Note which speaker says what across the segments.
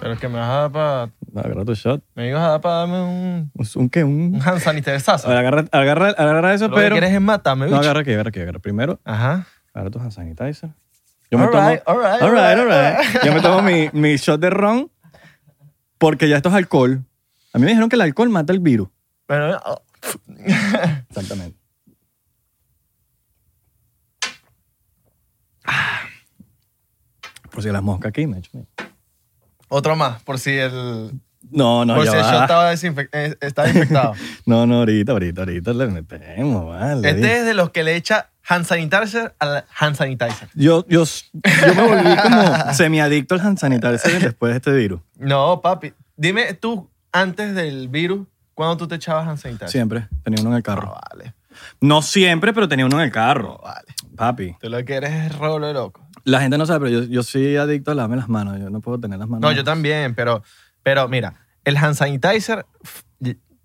Speaker 1: Pero es que me vas a dar para.
Speaker 2: Agarra tu shot.
Speaker 1: Me ibas a dar para darme un,
Speaker 2: ¿Un, un qué? Un...
Speaker 1: un hand sanitizer.
Speaker 2: A ver, agarra, agarra, agarra eso,
Speaker 1: Lo que
Speaker 2: pero...
Speaker 1: quieres es matarme,
Speaker 2: No,
Speaker 1: bicho.
Speaker 2: agarra aquí, agarra aquí, agarra. Primero,
Speaker 1: Ajá.
Speaker 2: agarra tu hand sanitizer. Yo me
Speaker 1: All
Speaker 2: tomo...
Speaker 1: right, all right,
Speaker 2: all right,
Speaker 1: all
Speaker 2: all right.
Speaker 1: right.
Speaker 2: Yo me tomo mi, mi shot de ron porque ya esto es alcohol. A mí me dijeron que el alcohol mata el virus.
Speaker 1: Pero. eh, oh,
Speaker 2: Exactamente. Ah. Por si las moscas aquí me echo mi-
Speaker 1: Otro más, por si el.
Speaker 2: No, no,
Speaker 1: por
Speaker 2: ya
Speaker 1: si el
Speaker 2: va.
Speaker 1: shot estaba, desinfec- eh, estaba infectado.
Speaker 2: No, no, ahorita, ahorita, ahorita le metemos, vale.
Speaker 1: este es de los que le echa hand sanitizer al hand sanitizer.
Speaker 2: Yo, yo, yo me volví como semiadicto al hand sanitizer después de este virus.
Speaker 1: No, papi. Dime tú, antes del virus, ¿cuándo tú te echabas hand sanitizer?
Speaker 2: Siempre tenía uno en
Speaker 1: No,
Speaker 2: el carro.
Speaker 1: Ah, vale. Ah,
Speaker 2: No siempre, pero tenía uno en el carro.
Speaker 1: Vale.
Speaker 2: Papi,
Speaker 1: Tú lo que eres es rolo loco.
Speaker 2: la gente no sabe, pero yo, yo soy adicto a lavarme las manos. Yo no puedo tener las manos.
Speaker 1: No, yo también, pero, pero mira, el hand sanitizer, f-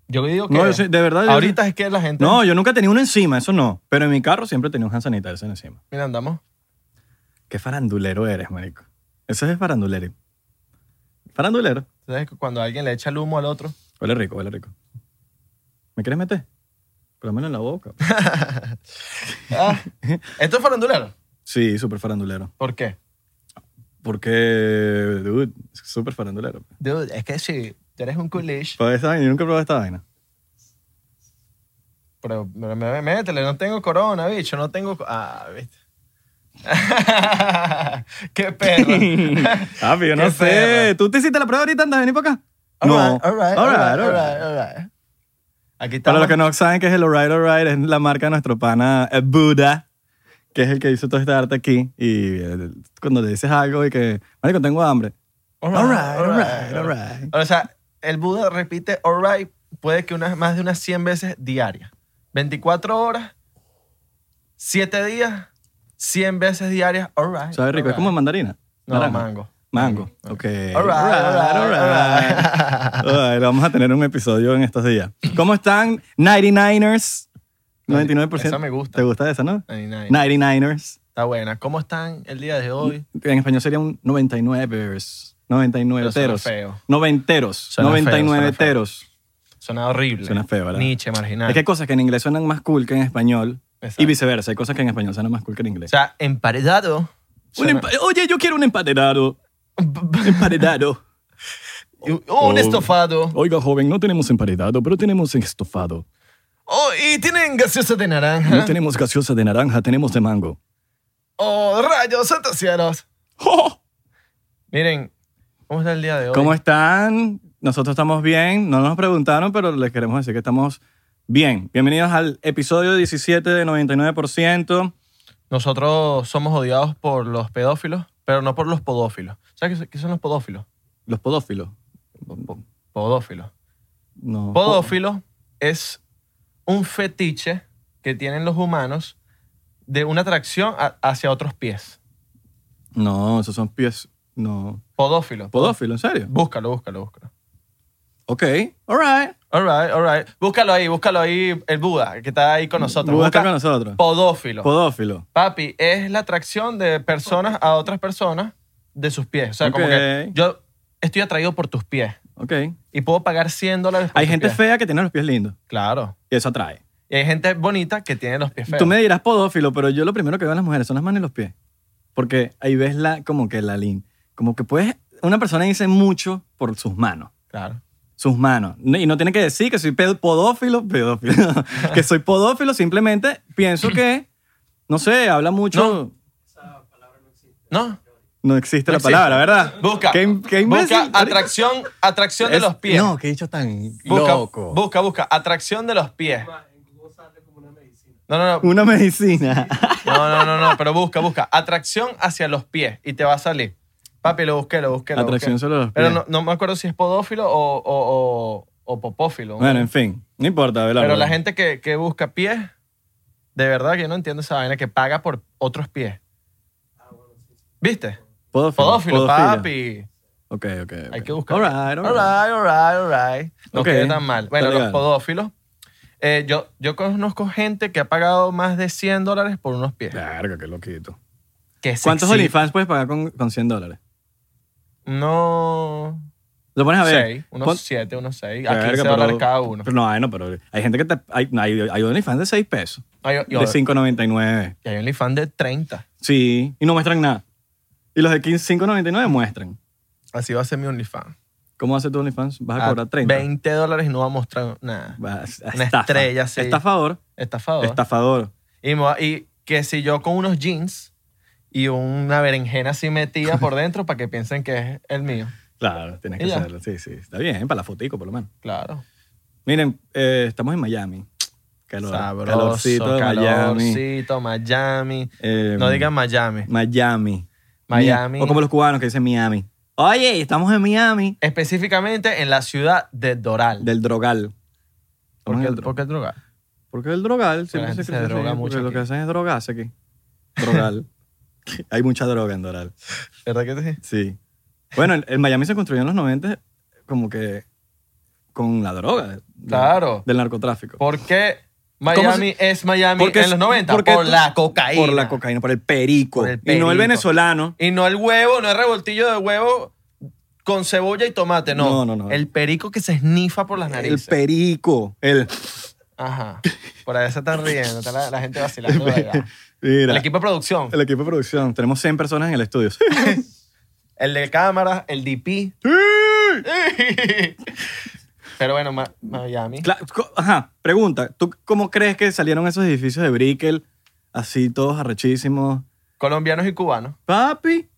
Speaker 1: yo digo que
Speaker 2: No, yo sí, de verdad, yo
Speaker 1: ahorita es que la gente...
Speaker 2: No, yo nunca tenía uno encima, eso no. Pero en mi carro siempre tenía un hand sanitizer encima.
Speaker 1: Mira, andamos.
Speaker 2: Qué farandulero eres, marico. Ese es farandulero. Farandulero.
Speaker 1: ¿Sabes? que Cuando alguien le echa el humo al otro.
Speaker 2: Huele rico, huele rico. ¿Me quieres meter? Póngamelo en la boca.
Speaker 1: Ah, Esto es farandulero.
Speaker 2: Sí, súper farandulero.
Speaker 1: ¿Por qué?
Speaker 2: Porque, dude, es súper farandulero.
Speaker 1: Dude, es que si tú eres un coolish,
Speaker 2: Pues esta vaina, yo nunca he probado esta vaina.
Speaker 1: pero me, me- métele, no tengo corona, bicho, no tengo... co- Ah, viste. ¡Qué perro!
Speaker 2: Ah, pero yo no
Speaker 1: Qué
Speaker 2: sé.
Speaker 1: perra.
Speaker 2: ¿Tú te hiciste la prueba ahorita antes de venir para acá?
Speaker 1: All
Speaker 2: no.
Speaker 1: right, all right, all
Speaker 2: All
Speaker 1: right,
Speaker 2: right, all right.
Speaker 1: all right, all right. Aquí está.
Speaker 2: Para los que no saben qué es el Alright Alright, es la marca de nuestro pana eh, Buda, que es el que hizo todo este arte aquí. Y eh, cuando le dices algo y que, marico, tengo hambre.
Speaker 1: All
Speaker 2: All
Speaker 1: right,
Speaker 2: right,
Speaker 1: all
Speaker 2: all
Speaker 1: right,
Speaker 2: right,
Speaker 1: all
Speaker 2: all
Speaker 1: right.
Speaker 2: right.
Speaker 1: O sea, el Buda repite all right puede que unas, más de unas 100 veces diarias. 24 horas, 7 días, 100 veces diarias, all right.
Speaker 2: Sabe rico,
Speaker 1: all
Speaker 2: es como
Speaker 1: right.
Speaker 2: mandarina.
Speaker 1: No,
Speaker 2: naranja.
Speaker 1: mango.
Speaker 2: Mango, ok. Alright,
Speaker 1: All right, all right, all right.
Speaker 2: Vamos a tener un episodio en estos días. ¿Cómo están 99ers? 99%.
Speaker 1: Esa me gusta.
Speaker 2: ¿Te gusta esa, no?
Speaker 1: 99.
Speaker 2: 99ers.
Speaker 1: Está buena. ¿Cómo están el día de hoy?
Speaker 2: En español sería un 99ers. 99
Speaker 1: Pero suena
Speaker 2: teros.
Speaker 1: feo.
Speaker 2: Noventeros.
Speaker 1: Suena feo,
Speaker 2: 99
Speaker 1: suena feo.
Speaker 2: teros.
Speaker 1: Suena horrible.
Speaker 2: Suena feo, ¿verdad?
Speaker 1: Nietzsche, marginal.
Speaker 2: Es que hay cosas que en inglés suenan más cool que en español.
Speaker 1: Exacto.
Speaker 2: Y viceversa. Hay cosas que en español suenan más cool que en
Speaker 1: o
Speaker 2: inglés.
Speaker 1: sea, emparedado.
Speaker 2: Un
Speaker 1: suena-
Speaker 2: empa- Oye, yo quiero un emparedado. emparedado.
Speaker 1: un un
Speaker 2: Oh.
Speaker 1: estofado.
Speaker 2: Oiga, joven, no tenemos emparedado, pero tenemos estofado.
Speaker 1: Oh, y tienen gaseosa de naranja.
Speaker 2: No tenemos gaseosa de naranja, tenemos de mango.
Speaker 1: Oh, rayos, santos cielos.
Speaker 2: ¡Oh!
Speaker 1: Miren, ¿cómo está el día de hoy?
Speaker 2: ¿Cómo están? Nosotros estamos bien. No nos preguntaron, pero les queremos decir que estamos bien. Bienvenidos al episodio 17 de 99%.
Speaker 1: Nosotros somos odiados por los pedófilos, pero no por los podófilos. ¿Sabes qué, qué son los podófilos?
Speaker 2: Los podófilos.
Speaker 1: Podófilos.
Speaker 2: No.
Speaker 1: Podófilo es un fetiche que tienen los humanos de una atracción a- hacia otros pies.
Speaker 2: No, esos son pies. No.
Speaker 1: Podófilo.
Speaker 2: Podófilo, ¿en serio?
Speaker 1: Búscalo, búscalo, búscalo.
Speaker 2: Ok. All right.
Speaker 1: All right, all right. Búscalo ahí, búscalo ahí, el Buda, que está ahí con nosotros.
Speaker 2: Buda
Speaker 1: Busca
Speaker 2: está con nosotros.
Speaker 1: Podófilo.
Speaker 2: Podófilo.
Speaker 1: Papi, es la atracción de personas a otras personas de sus pies. O sea, como
Speaker 2: Ok.
Speaker 1: que yo estoy atraído por tus pies
Speaker 2: Ok.
Speaker 1: y puedo pagar 100 dólares por
Speaker 2: Hay
Speaker 1: tus
Speaker 2: gente
Speaker 1: pies.
Speaker 2: fea que tiene los pies lindos.
Speaker 1: Claro.
Speaker 2: Y eso atrae.
Speaker 1: Y hay gente bonita que tiene los pies feos.
Speaker 2: Tú me dirás podófilo, pero yo lo primero que veo en las mujeres son las manos y los pies. Porque ahí ves la, como que la lin. Como que puedes. Una persona dice mucho por sus manos.
Speaker 1: Claro.
Speaker 2: Sus manos. No- Y no tiene que decir que soy pe- podófilo, pedófilo. que soy podófilo, simplemente pienso que. No sé, habla mucho.
Speaker 1: No.
Speaker 2: No existe
Speaker 1: No
Speaker 2: la
Speaker 1: existe.
Speaker 2: palabra, ¿verdad?
Speaker 1: Busca.
Speaker 2: ¿Qué, im- qué imbécil?
Speaker 1: busca atracción, atracción de
Speaker 2: Es-
Speaker 1: los pies.
Speaker 2: No, qué dicho tan
Speaker 1: busca,
Speaker 2: loco.
Speaker 1: busca, busca. Atracción de los pies. No, no, no.
Speaker 2: Una medicina.
Speaker 1: No, no, no, no, Pero busca, busca. Atracción hacia los pies. Y te va a salir. Papi, lo busqué, lo busqué. lo
Speaker 2: Atracción
Speaker 1: busqué.
Speaker 2: solo de los
Speaker 1: Pero
Speaker 2: pies.
Speaker 1: no, no me acuerdo si es podófilo o, o- o- o popófilo.
Speaker 2: Bueno, en fin. No importa, Abelardo.
Speaker 1: Pero la gente que, que busca pies, de verdad que yo no entiendo esa vaina que paga por otros pies. ¿Viste?
Speaker 2: Podófilo,
Speaker 1: Podófilo,
Speaker 2: podofilia.
Speaker 1: papi.
Speaker 2: Ok, ok. ok.
Speaker 1: Hay que buscar.
Speaker 2: All right, all
Speaker 1: All
Speaker 2: right.
Speaker 1: right, all right, all right. No
Speaker 2: Ok.
Speaker 1: quedé tan mal. Bueno,
Speaker 2: Está
Speaker 1: los
Speaker 2: legal.
Speaker 1: podófilos. eh, yo, yo conozco gente que ha pagado más de 100 dólares por unos pies.
Speaker 2: Verga, qué loquito.
Speaker 1: Que se
Speaker 2: ¿Cuántos
Speaker 1: exhibe.
Speaker 2: OnlyFans puedes pagar con, con 100 dólares?
Speaker 1: No.
Speaker 2: Lo pones a ver.
Speaker 1: Seis,
Speaker 2: Pon-
Speaker 1: unos 7, unos 6. A
Speaker 2: Verga,
Speaker 1: 15
Speaker 2: pero-
Speaker 1: dólares cada uno.
Speaker 2: Pero no, ay, no, pero hay gente que te. Hay, hay, hay OnlyFans de 6 pesos.
Speaker 1: Ay, yo- yo-
Speaker 2: de 5.99.
Speaker 1: y hay OnlyFans de 30.
Speaker 2: Sí. Y no muestran nada. Y los de 15 5.99 muestran.
Speaker 1: Así va a ser mi OnlyFans.
Speaker 2: ¿Cómo hace tu OnlyFans? Vas a cobrar 30.
Speaker 1: 20 dólares y no va a mostrar nada.
Speaker 2: Vas-
Speaker 1: Una estrella, sí.
Speaker 2: Estafador.
Speaker 1: Estafado.
Speaker 2: Estafador.
Speaker 1: Y, me va- y que si yo con unos jeans y una berenjena así metida por dentro para que piensen que es el mío.
Speaker 2: Claro, tienes que
Speaker 1: Y ya.
Speaker 2: hacerlo. Sí, sí. Está bien, para la fotico, por lo menos.
Speaker 1: Claro.
Speaker 2: Miren, eh, estamos en Miami. Calor,
Speaker 1: Sabroso,
Speaker 2: calorcito de Miami.
Speaker 1: calorcito, Miami.
Speaker 2: Eh,
Speaker 1: No digan Miami.
Speaker 2: Miami.
Speaker 1: Miami.
Speaker 2: O como los cubanos que dicen Miami. Oye, estamos en Miami.
Speaker 1: Específicamente en la ciudad de Doral.
Speaker 2: Del drogal.
Speaker 1: ¿Por,
Speaker 2: Estamos en
Speaker 1: qué,
Speaker 2: el dro-
Speaker 1: por qué drogar?
Speaker 2: ¿Por qué el drogal?
Speaker 1: la gente se
Speaker 2: crece
Speaker 1: droga
Speaker 2: ahí,
Speaker 1: mucho
Speaker 2: porque Lo
Speaker 1: aquí.
Speaker 2: que hacen es drogarse aquí. Drogal. Hay mucha droga en Doral.
Speaker 1: ¿Verdad que te sí?
Speaker 2: Sí. Bueno, el, el Miami se construyó en los 90 como que con la droga. de-
Speaker 1: Claro.
Speaker 2: Del narcotráfico.
Speaker 1: ¿Por qué
Speaker 2: se-
Speaker 1: Miami es Miami en los 90? Por,
Speaker 2: porque-
Speaker 1: la cocaína.
Speaker 2: Por la cocaína, por el perico.
Speaker 1: Por el
Speaker 2: Y no
Speaker 1: perico.
Speaker 2: el venezolano.
Speaker 1: Y no el huevo, no el revoltillo de huevo con cebolla y tomate, no.
Speaker 2: No, no, no.
Speaker 1: El perico que se esnifa por las
Speaker 2: El
Speaker 1: narices.
Speaker 2: perico. El.
Speaker 1: Ajá. Por ahí se están riendo, está la, la gente vacilando. de verdad.
Speaker 2: Mira.
Speaker 1: El equipo de producción,
Speaker 2: el equipo de producción. Tenemos 100 personas en el estudio. Sí.
Speaker 1: el de cámaras, el DP. Pero bueno, Ma- Miami.
Speaker 2: Cla- co- Ajá. Pregunta. ¿Tú cómo crees que salieron esos edificios de Brickell así todos arrechísimos?
Speaker 1: Colombianos y cubanos.
Speaker 2: Papi.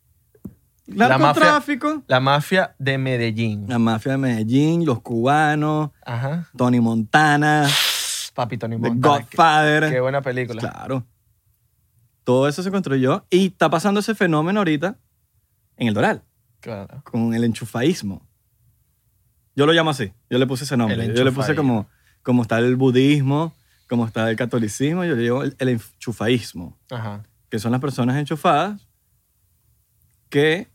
Speaker 1: La mafia-
Speaker 2: Narcotráfico.
Speaker 1: La mafia de Medellín.
Speaker 2: La mafia de Medellín, los cubanos,
Speaker 1: Ajá.
Speaker 2: Tony Montana,
Speaker 1: Papi Tony
Speaker 2: The
Speaker 1: Montana. Qué,
Speaker 2: Godfather.
Speaker 1: qué buena película.
Speaker 2: Claro. Todo eso se construyó y está pasando ese fenómeno ahorita en el Doral,
Speaker 1: Claro.
Speaker 2: con el enchufaísmo. Yo lo llamo así, yo le puse ese nombre.
Speaker 1: El
Speaker 2: Yo le puse como, como está el budismo, como está el catolicismo, yo le llamo el, el enchufaísmo,
Speaker 1: Ajá.
Speaker 2: que son las personas enchufadas que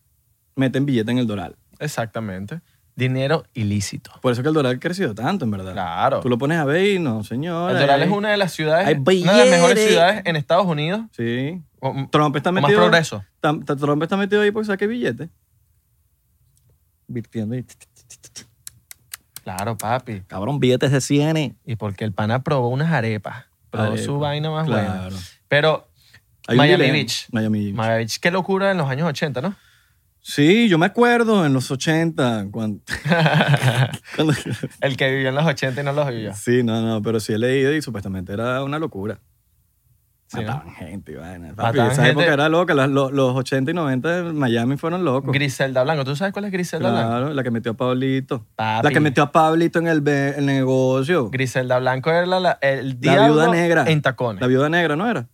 Speaker 2: meten billete en el Doral.
Speaker 1: Exactamente. Dinero ilícito.
Speaker 2: Por eso que el Doral creció tanto, en verdad.
Speaker 1: Claro.
Speaker 2: Tú lo pones a ver y no, eh. señor.
Speaker 1: El Doral
Speaker 2: ahí-
Speaker 1: es una de las ciudades,
Speaker 2: hay
Speaker 1: una de las mejores
Speaker 2: billetes.
Speaker 1: ciudades en Estados Unidos.
Speaker 2: Sí.
Speaker 1: O- o
Speaker 2: Trump está
Speaker 1: más
Speaker 2: metido.
Speaker 1: progreso.
Speaker 2: Tam- ta- Trump está metido ahí porque saque billete. Virtiendo y...
Speaker 1: Claro, papi.
Speaker 2: Cabrón, billetes de 100.
Speaker 1: Y porque el pana probó unas arepas. Probó
Speaker 2: Arepa,
Speaker 1: su vaina más buena.
Speaker 2: Claro.
Speaker 1: Pero
Speaker 2: Hay un
Speaker 1: Miami
Speaker 2: dilema.
Speaker 1: Beach.
Speaker 2: Miami Beach.
Speaker 1: Miami Beach, qué locura en los años 80, ¿no?
Speaker 2: Sí, yo me acuerdo en los 80. Cuando, cuando-
Speaker 1: el que vivió en los 80 y no los vivió.
Speaker 2: sí, no, no, pero sí he leído y supuestamente era una locura.
Speaker 1: Sí,
Speaker 2: Mataban gente, y vaina. Papi,
Speaker 1: Mataban
Speaker 2: esa
Speaker 1: gente.
Speaker 2: época era loca. Las- lo- los 80 y 90 de Miami fueron locos.
Speaker 1: Griselda Blanco. ¿Tú sabes cuál es Griselda Blanco?
Speaker 2: Claro, la que metió a Pablito.
Speaker 1: Papi.
Speaker 2: La que metió a Pablito en el, be- el negocio.
Speaker 1: Griselda Blanco era la, la- el
Speaker 2: La
Speaker 1: diablo
Speaker 2: viuda negra.
Speaker 1: en tacones.
Speaker 2: La viuda negra, ¿no era?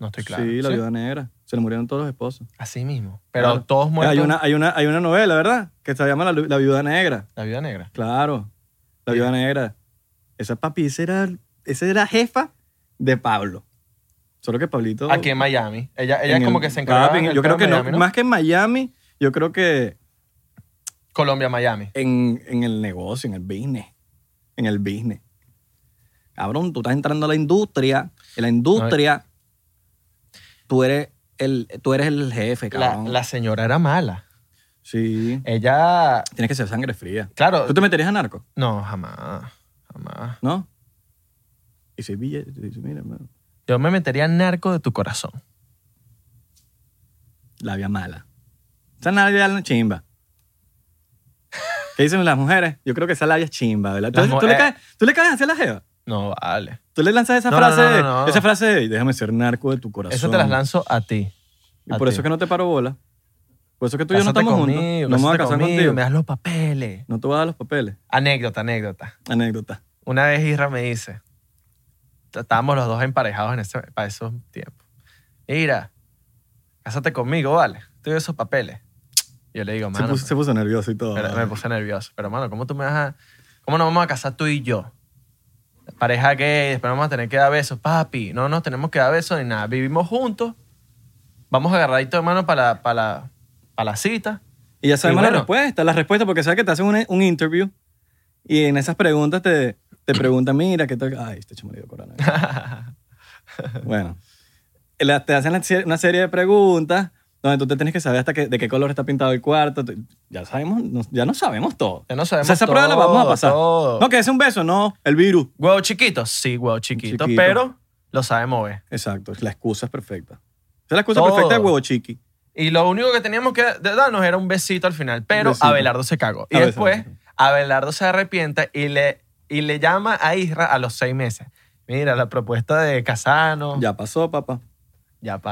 Speaker 1: no estoy claro.
Speaker 2: Sí, la viuda negra. Se le murieron todos los esposos.
Speaker 1: Así mismo. Pero
Speaker 2: Claro.
Speaker 1: todos muertos.
Speaker 2: Hay una, hay, una, hay una novela, ¿verdad? Que se llama La, Lu- La viuda negra.
Speaker 1: La viuda negra.
Speaker 2: Claro. La viuda negra. Esa papi, esa era, esa era jefa de Pablo. Solo que Pablito...
Speaker 1: Aquí en Miami. Ella, ella
Speaker 2: en
Speaker 1: como
Speaker 2: el-
Speaker 1: que se encargaba.
Speaker 2: Papi,
Speaker 1: del
Speaker 2: yo
Speaker 1: pedo
Speaker 2: creo que
Speaker 1: en
Speaker 2: no-
Speaker 1: Miami, ¿no?
Speaker 2: más que en Miami, yo creo que
Speaker 1: Colombia, Miami.
Speaker 2: en, en el negocio, en el business. En el business. Cabrón, tú estás entrando a la industria. En la industria, tú eres el, tú eres el jefe,
Speaker 1: La,
Speaker 2: cabrón.
Speaker 1: la señora era mala.
Speaker 2: Sí.
Speaker 1: Ella,
Speaker 2: Tienes que ser sangre fría.
Speaker 1: claro.
Speaker 2: ¿Tú te meterías a narco?
Speaker 1: No, jamás. Jamás.
Speaker 2: ¿No? Y si billete, y si- mira, mano,
Speaker 1: Yo me metería narco de tu corazón.
Speaker 2: labia mala. Esa labia es chimba. ¿Qué dicen las mujeres? Yo creo que esa labia es chimba, ¿verdad?
Speaker 1: Las
Speaker 2: ¿Tú, tú le
Speaker 1: mujeres-
Speaker 2: caes, ¿Tú le caes hacia la jeva?
Speaker 1: No, vale.
Speaker 2: ¿Tú le lanzas esa
Speaker 1: No, no, no,
Speaker 2: frase?
Speaker 1: no, no.
Speaker 2: Esa frase de, déjame ser narco de tu corazón.
Speaker 1: Eso te las lanzo a ti.
Speaker 2: Y
Speaker 1: a
Speaker 2: por
Speaker 1: ti.
Speaker 2: eso es que no te paro bola. Por eso es que tú y yo no
Speaker 1: Cásate
Speaker 2: estamos juntos.
Speaker 1: conmigo,
Speaker 2: No me voy
Speaker 1: cásate
Speaker 2: a casar
Speaker 1: conmigo,
Speaker 2: contigo.
Speaker 1: Me das los papeles.
Speaker 2: No te voy a dar los papeles.
Speaker 1: Anécdota, anécdota.
Speaker 2: Anécdota.
Speaker 1: Una vez Isra me dice, estábamos los dos emparejados en ese, para esos tiempos. Mira, cásate conmigo, vale. Te doy esos papeles. Yo le digo,
Speaker 2: Se
Speaker 1: mano.
Speaker 2: puso, se puso nervioso y todo.
Speaker 1: pero- me puse nervioso. Pero, mano, ¿cómo tú me vas a. ¿Cómo nos vamos a casar tú y yo? Pareja gay, después vamos a tener que dar besos. Papi, no nos tenemos que dar besos ni nada. Vivimos juntos. Vamos agarradito de mano para la, para la, para la cita.
Speaker 2: Y ya
Speaker 1: Y
Speaker 2: sabemos
Speaker 1: bueno.
Speaker 2: la respuesta, la respuesta, porque sabes que te hacen un, un interview y en esas preguntas te, te preguntan, mira, ¿qué tal? Ay, este chamo le dio coronavirus. bueno, La- te hacen la se- una serie de preguntas donde tú te tienes que saber hasta que- de qué color está pintado el cuarto. Tú- Ya sabemos, no- ya no sabemos todo.
Speaker 1: Ya no sabemos
Speaker 2: O sea, esa prueba la vamos a
Speaker 1: todo,
Speaker 2: pasar.
Speaker 1: todo.
Speaker 2: No, que es un beso, no, el virus.
Speaker 1: ¿Huevo chiquito? Sí, huevo chiquito,
Speaker 2: Chiquito.
Speaker 1: pero lo sabemos ver.
Speaker 2: Exacto, la excusa es perfecta. Esa es la excusa
Speaker 1: Todo.
Speaker 2: perfecta de huevo chiqui.
Speaker 1: Y lo único que teníamos que de- darnos era un besito al final, pero
Speaker 2: Besito.
Speaker 1: Abelardo se cagó. Y
Speaker 2: Abelardo.
Speaker 1: después Abelardo se arrepiente y le, y le llama a Isra a los seis meses. Mira, la propuesta de Casano ya,
Speaker 2: Ya pasó, papá.
Speaker 1: pa-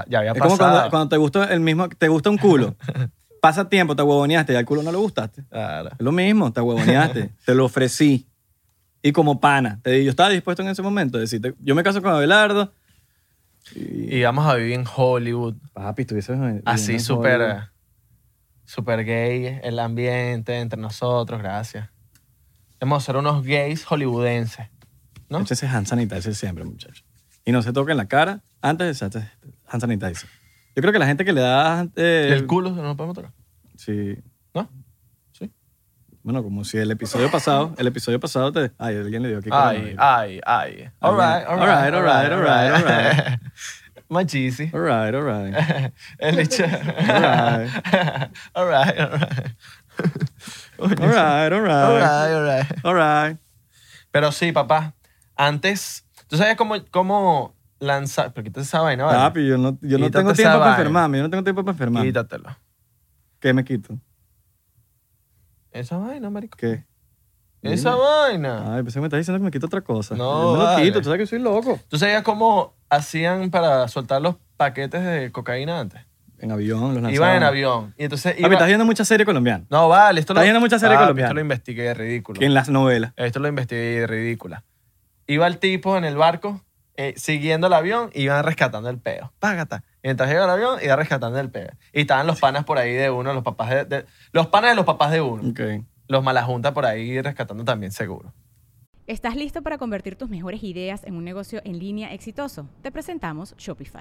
Speaker 1: ya había
Speaker 2: Es como
Speaker 1: pasado.
Speaker 2: cuando, cuando te gusta el mismo, te gusta un culo. Pasa tiempo, te huevoneaste y al culo no le gustaste.
Speaker 1: Claro.
Speaker 2: Es lo mismo, te huevoneaste, te lo ofrecí. Y como pana, te di- yo estaba dispuesto en ese momento a decirte, yo me caso con Abelardo. Y,
Speaker 1: Y vamos a vivir en Hollywood,
Speaker 2: papi, estuvieses en- en
Speaker 1: así
Speaker 2: un Hollywood.
Speaker 1: súper super gay, el ambiente entre nosotros, gracias. Vamos a ser unos gays hollywoodenses, ¿no?
Speaker 2: Échese hand sanitizer siempre, muchachos. Y no se toquen la cara antes de echarse hand sanitizer. Yo creo que la gente que le da... eh,
Speaker 1: El culo no lo podemos tocar,
Speaker 2: Sí.
Speaker 1: ¿no? Sí.
Speaker 2: Bueno, como si el episodio pasado, el episodio pasado te... Ay, alguien le dio aquí.
Speaker 1: Ay, ah.
Speaker 2: coronavirus.
Speaker 1: ay, ay. All right, all
Speaker 2: Alright,
Speaker 1: right, all right,
Speaker 2: alright,
Speaker 1: all
Speaker 2: alright,
Speaker 1: right.
Speaker 2: alright.
Speaker 1: Much easy.
Speaker 2: All right, all right.
Speaker 1: El dicho. All
Speaker 2: right.
Speaker 1: right, all right.
Speaker 2: All right, all
Speaker 1: All right,
Speaker 2: right.
Speaker 1: all right.
Speaker 2: All right.
Speaker 1: Pero sí, papá. Antes, ¿tú sabes cómo, cómo lanzar? Porque te esa vaina, ¿vale?
Speaker 2: Papi, yo no, yo no
Speaker 1: Quítate
Speaker 2: tengo
Speaker 1: esa
Speaker 2: tiempo para
Speaker 1: vaina.
Speaker 2: enfermarme. Yo no tengo tiempo para enfermarme.
Speaker 1: Quítatelo.
Speaker 2: ¿Qué me quito?
Speaker 1: Esa vaina, marico.
Speaker 2: ¿Qué?
Speaker 1: Esa
Speaker 2: Dime.
Speaker 1: vaina.
Speaker 2: Ay, pensé que me estás diciendo que me quito otra cosa.
Speaker 1: No,
Speaker 2: Yo me lo
Speaker 1: vale.
Speaker 2: quito. Tú sabes que soy loco.
Speaker 1: ¿Tú sabías cómo hacían para soltar los paquetes de cocaína antes?
Speaker 2: En avión, los lanzaban.
Speaker 1: Iban en avión. Y entonces
Speaker 2: Papi,
Speaker 1: iba...
Speaker 2: estás viendo mucha serie colombiana.
Speaker 1: No, vale. Esto
Speaker 2: Estás
Speaker 1: lo...
Speaker 2: viendo mucha serie
Speaker 1: Papi,
Speaker 2: colombiana.
Speaker 1: Esto lo investigué, ridículo.
Speaker 2: Que en las novelas.
Speaker 1: Esto lo investigué y ridícula. Iba el tipo en el barco eh, siguiendo el avión y iban rescatando el peo. Págata. Mientras llega el avión, iba rescatando el peo. Y estaban los panas por ahí de uno, los papás de, de- los panas de los papás de uno.
Speaker 2: Ok.
Speaker 1: Los malajunta por ahí rescatando también seguro.
Speaker 3: ¿Estás listo para convertir tus mejores ideas en un negocio en línea exitoso? Te presentamos Shopify.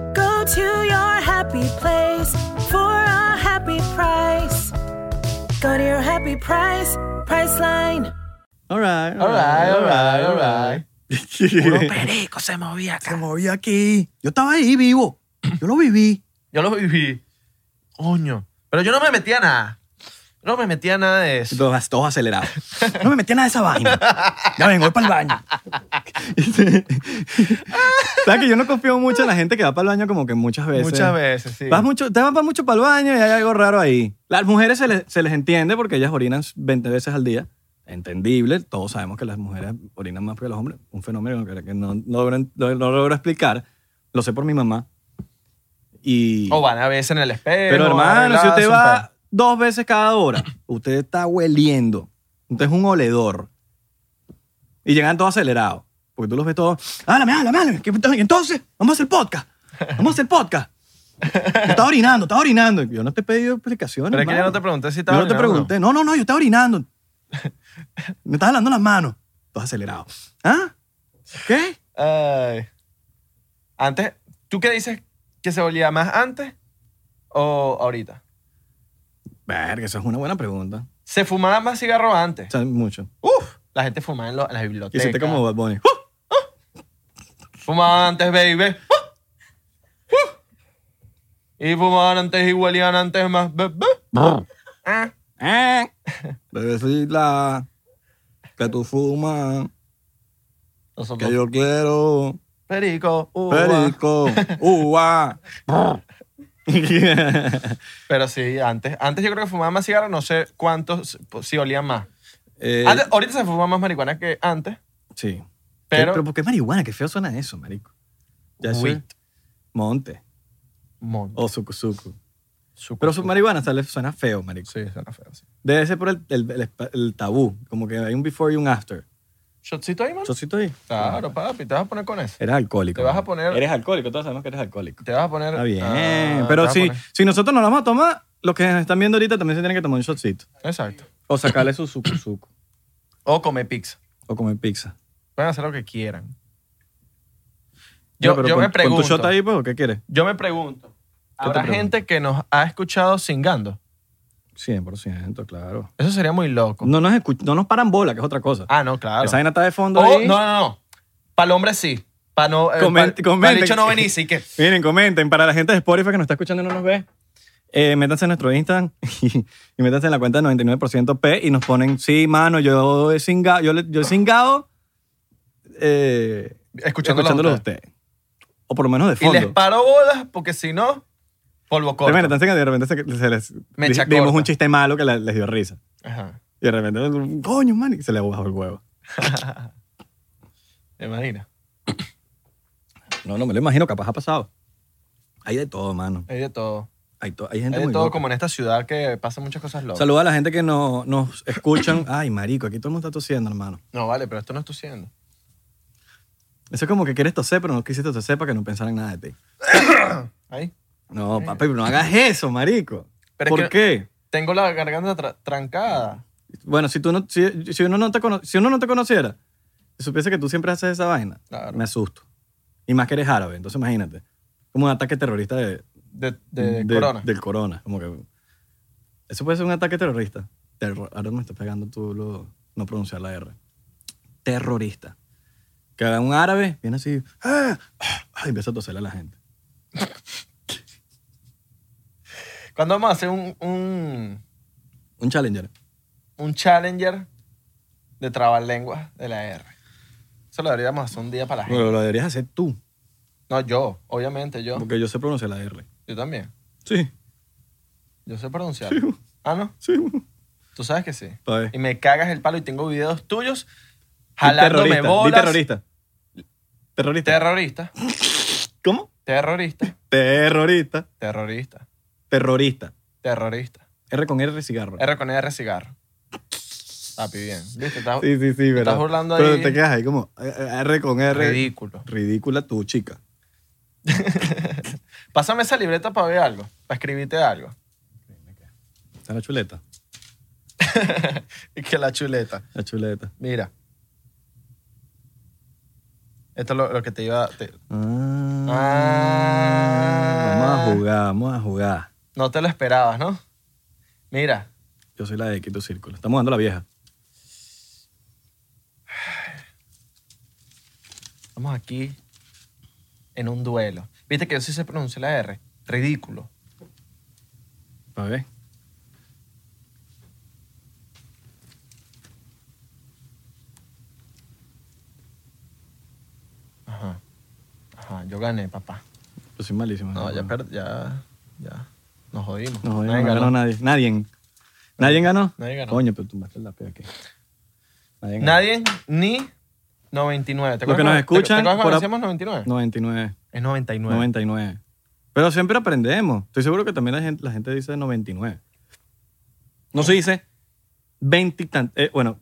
Speaker 4: Go to your happy place for a happy price. Go to your happy price, price line.
Speaker 2: All right.
Speaker 1: All right, all right, all right. Puro perico se movía
Speaker 2: Se
Speaker 1: acá.
Speaker 2: moví aquí. Yo estaba ahí vivo. Yo lo viví.
Speaker 1: Yo lo viví. Coño. Pero yo no me metía a nada. No me metía a nada de eso.
Speaker 2: Todos, todos acelerados. No me metí en nada de esa vaina. Ya vengo, voy para el baño. ¿Sabes que yo no confío mucho en la gente que va para el baño como que muchas veces?
Speaker 1: Muchas veces, sí.
Speaker 2: Vas mucho, te van para mucho para el baño y hay algo raro ahí. Las mujeres se les, se les entiende porque ellas orinan 20 veces al día. Entendible. Todos sabemos que las mujeres orinan más que los hombres. Un fenómeno que que no, logro- no logro explicar. Lo sé por mi mamá. Y,
Speaker 1: O van a veces en el espejo.
Speaker 2: pero hermano,
Speaker 1: arregladas,
Speaker 2: si usted
Speaker 1: un
Speaker 2: va dos veces cada hora, usted está hueliendo. Usted es un oledor. Y llegan todos acelerados. Porque tú los ves todos. Háblame, háblame, háblame. ¿Qué- Entonces, vamos a hacer podcast. Vamos a hacer podcast. Está orinando, está orinando. Yo no te he pedido explicaciones.
Speaker 1: Pero es que yo
Speaker 2: hermano.
Speaker 1: no te pregunté si
Speaker 2: Yo
Speaker 1: estaba
Speaker 2: no te
Speaker 1: orinando.
Speaker 2: pregunté. No, no, no, yo estaba orinando. Me estás jalando las manos. Todo acelerado. ¿Ah? ¿Qué?
Speaker 1: Ay. Antes, ¿tú qué dices que se olía más antes o ahorita?
Speaker 2: Verga, esa es una buena pregunta.
Speaker 1: Se fumaba más cigarro antes.
Speaker 2: O sea, mucho.
Speaker 1: Uf, la gente fumaba en, lo- en las bibliotecas.
Speaker 2: Y siente como Bad Bunny.
Speaker 1: Fumaban antes, baby. Uh, uh. Y fumaban antes y huelían antes más. be- be. Ah.
Speaker 2: Eh. Bebecita, que tú fumas,
Speaker 1: Nosotros,
Speaker 2: que yo quiero
Speaker 1: Perico. uva.
Speaker 2: perico, uva.
Speaker 1: Pero sí, antes, antes yo creo que fumaba más cigarro, no sé cuántos, pues, si olían más.
Speaker 2: Eh,
Speaker 1: Antes- ahorita se fuma más marihuana que antes,
Speaker 2: sí.
Speaker 1: pero,
Speaker 2: ¿por qué marihuana? Qué feo suena eso, marico. Ya eso
Speaker 1: Weed.
Speaker 2: es monte
Speaker 1: Mon-
Speaker 2: o suku suku.
Speaker 1: su-
Speaker 2: Pero su marihuana sale, suena feo, marico.
Speaker 1: Sí, suena feo, sí.
Speaker 2: Debe ser por el, el- el- el tabú. Como que hay un before y un after.
Speaker 1: ¿Shotcito ahí, mano?
Speaker 2: ¿Chocito ahí?
Speaker 1: Claro, papi, te vas a poner con eso.
Speaker 2: Eres alcohólico.
Speaker 1: Te vas
Speaker 2: mano.
Speaker 1: a poner-
Speaker 2: Eres alcohólico, todos sabemos que eres alcohólico.
Speaker 1: Te vas a poner...
Speaker 2: Está bien.
Speaker 1: Ah, te
Speaker 2: Pero
Speaker 1: vas a
Speaker 2: si,
Speaker 1: poner-
Speaker 2: si nosotros nos la vamos a tomar, los que nos están viendo ahorita también se tienen que tomar un shotcito.
Speaker 1: Exacto.
Speaker 2: O sacarle su suco suco.
Speaker 1: O come pizza.
Speaker 2: O comer pizza.
Speaker 1: Pueden hacer lo que quieran.
Speaker 2: No,
Speaker 1: Yo,
Speaker 2: pero
Speaker 1: yo
Speaker 2: con,
Speaker 1: me pregunto...
Speaker 2: ¿Con tu shot ahí, pues, ¿o ¿qué quieres?
Speaker 1: Yo me pregunto.
Speaker 2: te
Speaker 1: ¿Habrá
Speaker 2: pregunto?
Speaker 1: gente que nos ha escuchado singando?
Speaker 2: 100%, claro.
Speaker 1: Eso sería muy loco.
Speaker 2: No nos, escu- no nos paran bola, que es otra cosa.
Speaker 1: Ah, no, claro.
Speaker 2: Esa vaina está de fondo
Speaker 1: O-
Speaker 2: ahí.
Speaker 1: no, no, no. Para el hombre sí. Para no. eh,
Speaker 2: Comen-
Speaker 1: pa-
Speaker 2: comenten.
Speaker 1: pa' el hecho no venís y que.
Speaker 2: Miren, comenten. Para la gente de Spotify que nos está escuchando y no nos ve, eh, métanse en nuestro Instagram y, y métanse en la cuenta de 99% P y nos ponen, sí, mano, yo he singado, yo, le- yo he singado eh,
Speaker 1: Escuchándolo a
Speaker 2: escuchándolos a
Speaker 1: ustedes.
Speaker 2: ustedes. O por lo menos de
Speaker 1: Y
Speaker 2: fondo.
Speaker 1: les paro bolas porque si no, polvo
Speaker 2: de
Speaker 1: corto.
Speaker 2: repente, de repente se, se les
Speaker 1: Mecha
Speaker 2: di- dimos
Speaker 1: corta.
Speaker 2: un chiste malo que la- les dio risa.
Speaker 1: Ajá.
Speaker 2: Y de repente, coño, man, y se le bajó el huevo.
Speaker 1: ¿Te imaginas?
Speaker 2: No, no me lo imagino, capaz ha pasado. Hay de todo, mano.
Speaker 1: Hay de todo.
Speaker 2: Hay, to- hay gente
Speaker 1: Hay de
Speaker 2: muy
Speaker 1: todo
Speaker 2: loca.
Speaker 1: como en esta ciudad que pasan muchas cosas locas.
Speaker 2: Saluda a la gente que no- nos escuchan. Ay, marico, aquí todo el mundo está tosiendo, hermano.
Speaker 1: No, vale, pero esto no es tu siendo.
Speaker 2: Eso es como que quieres toser, pero no quisiste toser para que no pensaran nada de ti.
Speaker 1: Ahí.
Speaker 2: No, papi, no hagas eso, marico.
Speaker 1: Pero es que-
Speaker 2: ¿Por qué?
Speaker 1: Tengo la garganta tra- trancada.
Speaker 2: Bueno, si, tú no, si, si uno no te cono- si uno no te conociera, y supiese que tú siempre haces esa vaina,
Speaker 1: Claro.
Speaker 2: me asusto. Y más que eres árabe, entonces imagínate. Como un ataque terrorista de,
Speaker 1: De, de
Speaker 2: de-
Speaker 1: corona.
Speaker 2: Del corona. Como que, eso puede ser un ataque terrorista. Terro- ahora me está pegando tú lo, no pronunciar la R. Terrorista. Que un árabe viene así ¡ah! ah", y empieza a toserle a la gente.
Speaker 1: ¿Cuándo vamos a hacer un, un,
Speaker 2: Un challenger.
Speaker 1: un challenger de trabalenguas de la R? Eso lo deberíamos hacer un día para la gente.
Speaker 2: Pero lo deberías hacer tú,
Speaker 1: No, yo, obviamente, yo.
Speaker 2: porque yo sé pronunciar la R.
Speaker 1: Yo también.
Speaker 2: Sí,
Speaker 1: Yo sé pronunciar.
Speaker 2: sí, bu,
Speaker 1: Ah, no.
Speaker 2: sí. bu.
Speaker 1: Tú sabes que sí.
Speaker 2: Pa' ver.
Speaker 1: Y me cagas el palo y tengo videos tuyos
Speaker 2: Di
Speaker 1: jalándome
Speaker 2: terrorista, di
Speaker 1: bolas.
Speaker 2: terrorista. Terrorista.
Speaker 1: Terrorista.
Speaker 2: ¿Cómo?
Speaker 1: Terrorista.
Speaker 2: Terrorista.
Speaker 1: Terrorista.
Speaker 2: Terrorista.
Speaker 1: Terrorista.
Speaker 2: R con R cigarro.
Speaker 1: R con R cigarro. Papi, bien. ¿Viste? Estás
Speaker 2: sí, sí, sí, pero.
Speaker 1: estás burlando
Speaker 2: pero
Speaker 1: ahí.
Speaker 2: te quedas ahí como eh, eh, R con R.
Speaker 1: ridículo.
Speaker 2: Ridícula tu chica.
Speaker 1: Pásame esa libreta para ver algo. Para escribirte algo.
Speaker 2: Está la chuleta.
Speaker 1: Y que la chuleta.
Speaker 2: La chuleta.
Speaker 1: Mira. Esto es lo, lo que te iba a... te-
Speaker 2: Ah. Vamos a
Speaker 1: Ah.
Speaker 2: jugar, vamos a jugar.
Speaker 1: No te lo esperabas, ¿no? Mira.
Speaker 2: Yo soy la de Quito Círculo. Estamos dando la vieja.
Speaker 1: Estamos aquí en un duelo. Viste que yo sí se pronuncia la R. Ridículo.
Speaker 2: A ver.
Speaker 1: Ajá. Ajá, yo gané, papá.
Speaker 2: Yo soy malísimo.
Speaker 1: No, ya perdí, ya, ya. Nos jodimos.
Speaker 2: No,
Speaker 1: Nadie
Speaker 2: no
Speaker 1: ganó.
Speaker 2: ganó nadie. Nadie. ¿Nadie ganó?
Speaker 1: Nadie ganó.
Speaker 2: Coño, pero tumbaste el lápiz aquí. Nadie ganó.
Speaker 1: Nadie ni 99. ¿Te
Speaker 2: Los
Speaker 1: acuerdas
Speaker 2: que nos
Speaker 1: cuando-
Speaker 2: escuchan
Speaker 1: ¿Te, te acuerdas
Speaker 2: por
Speaker 1: cuando
Speaker 2: a-
Speaker 1: decíamos 99?
Speaker 2: 99.
Speaker 1: Es 99.
Speaker 2: 99. Pero siempre aprendemos. Estoy seguro que también la gente, la gente dice 99. No se dice 20 y tan- eh, bueno,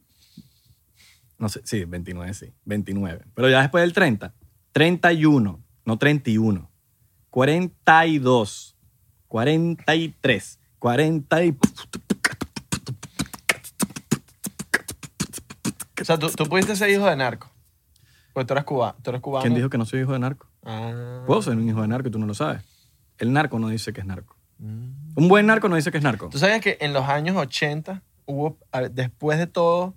Speaker 2: no sé, sí, 29, sí. 29. Pero ya después del 30, 31, no 31. 42, 43, 40 y...
Speaker 1: O sea, tú, tú pudiste ser hijo de narco. Porque tú eras, cuba, tú eres cubano.
Speaker 2: ¿Quién dijo que no soy hijo de narco?
Speaker 1: Ah.
Speaker 2: Puedo ser un hijo de narco y tú no lo sabes. El narco no dice que es narco. Un buen narco no dice que es narco.
Speaker 1: Mm. Tú sabías que en los años 80 hubo, a ver, después de todo,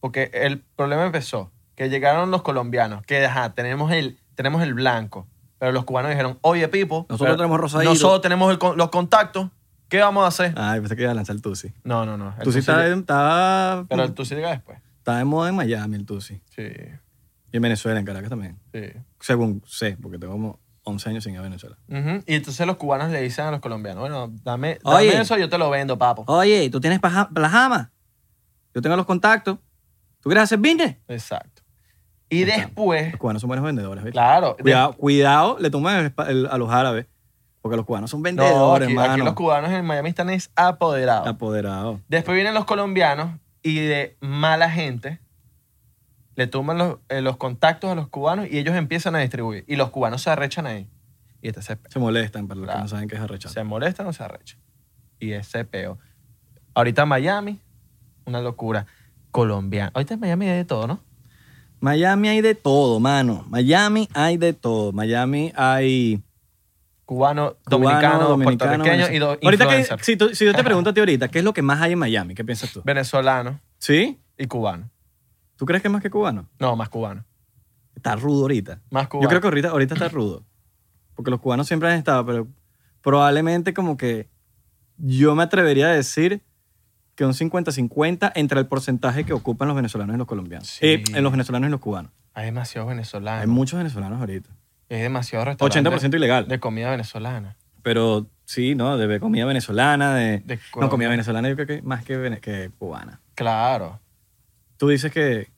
Speaker 1: porque el problema empezó, que llegaron los colombianos, que ajá, tenemos el, tenemos el blanco, pero los cubanos dijeron, oye, Pipo,
Speaker 2: Nosotros
Speaker 1: pero
Speaker 2: tenemos rosadito.
Speaker 1: Nosotros tenemos el con- los contactos, ¿qué vamos a hacer?
Speaker 2: Ay, pensé que iba a lanzar el Tusi.
Speaker 1: No, no, no. el
Speaker 2: Tusi está,
Speaker 1: llega-
Speaker 2: de- está,
Speaker 1: Pero el Tusi llega después.
Speaker 2: está de moda en Miami, el Tusi.
Speaker 1: Sí,
Speaker 2: Y en Venezuela, en Caracas también.
Speaker 1: sí.
Speaker 2: Según sé, porque tengo como 11 años sin ir a Venezuela.
Speaker 1: Ujú, Y entonces los cubanos le dicen a los colombianos, bueno, dame, dame
Speaker 2: Oye.
Speaker 1: eso, yo te lo vendo, papo.
Speaker 2: Oye, ¿tú tienes plajama? Yo tengo los contactos. ¿Tú quieres hacer business?
Speaker 1: Exacto. Y después,
Speaker 2: Los cubanos son buenos vendedores, ¿viste?
Speaker 1: claro, de-
Speaker 2: Cuidado, cuidado, le toman el espa- el- a los árabes. Porque los cubanos son
Speaker 1: no,
Speaker 2: vendedores,
Speaker 1: aquí, aquí
Speaker 2: hermano.
Speaker 1: los cubanos en Miami están es apoderados.
Speaker 2: Apoderados.
Speaker 1: Después vienen los colombianos y de mala gente le toman los, eh, los contactos a los cubanos y ellos empiezan a distribuir. Y los cubanos se arrechan ahí. Y este se,
Speaker 2: Se molestan, para los que
Speaker 1: Claro.
Speaker 2: no saben qué es arrechar.
Speaker 1: se molestan o se arrechan. Y ese peo. Ahorita Miami, una locura. Colombiano. Ahorita en Miami hay de todo, ¿no?
Speaker 2: Miami hay de todo, mano. Miami hay de todo. Miami hay...
Speaker 1: Cubano,
Speaker 2: cubano,
Speaker 1: dominicano,
Speaker 2: dominicano,
Speaker 1: puertorriqueño y do-
Speaker 2: venezolano. Ahorita que-
Speaker 1: influencer.
Speaker 2: si, tú- si yo te pregunto a ti ahorita, ¿qué es lo que más hay en Miami? ¿Qué piensas tú?
Speaker 1: Venezolano
Speaker 2: ¿Sí?
Speaker 1: y cubano.
Speaker 2: ¿Tú crees que es más que cubano?
Speaker 1: No, más cubano.
Speaker 2: Está rudo ahorita.
Speaker 1: Más cubano.
Speaker 2: Yo creo que ahorita, ahorita está rudo. Porque los cubanos siempre han estado, pero probablemente como que yo me atrevería a decir que un 50-50 entre el porcentaje que ocupan los venezolanos y los colombianos.
Speaker 1: Sí. Ah,
Speaker 2: Eh, en los venezolanos y los cubanos.
Speaker 1: hay demasiados
Speaker 2: Hay
Speaker 1: venezolanos.
Speaker 2: muchos venezolanos ahorita.
Speaker 1: Hay, demasiados restaurantes
Speaker 2: 80% ilegal.
Speaker 1: de comida venezolana.
Speaker 2: pero sí, ¿no? De comida venezolana, de...
Speaker 1: De
Speaker 2: no, comida venezolana yo creo que más que, vene- que cubana.
Speaker 1: Claro.
Speaker 2: Tú dices que...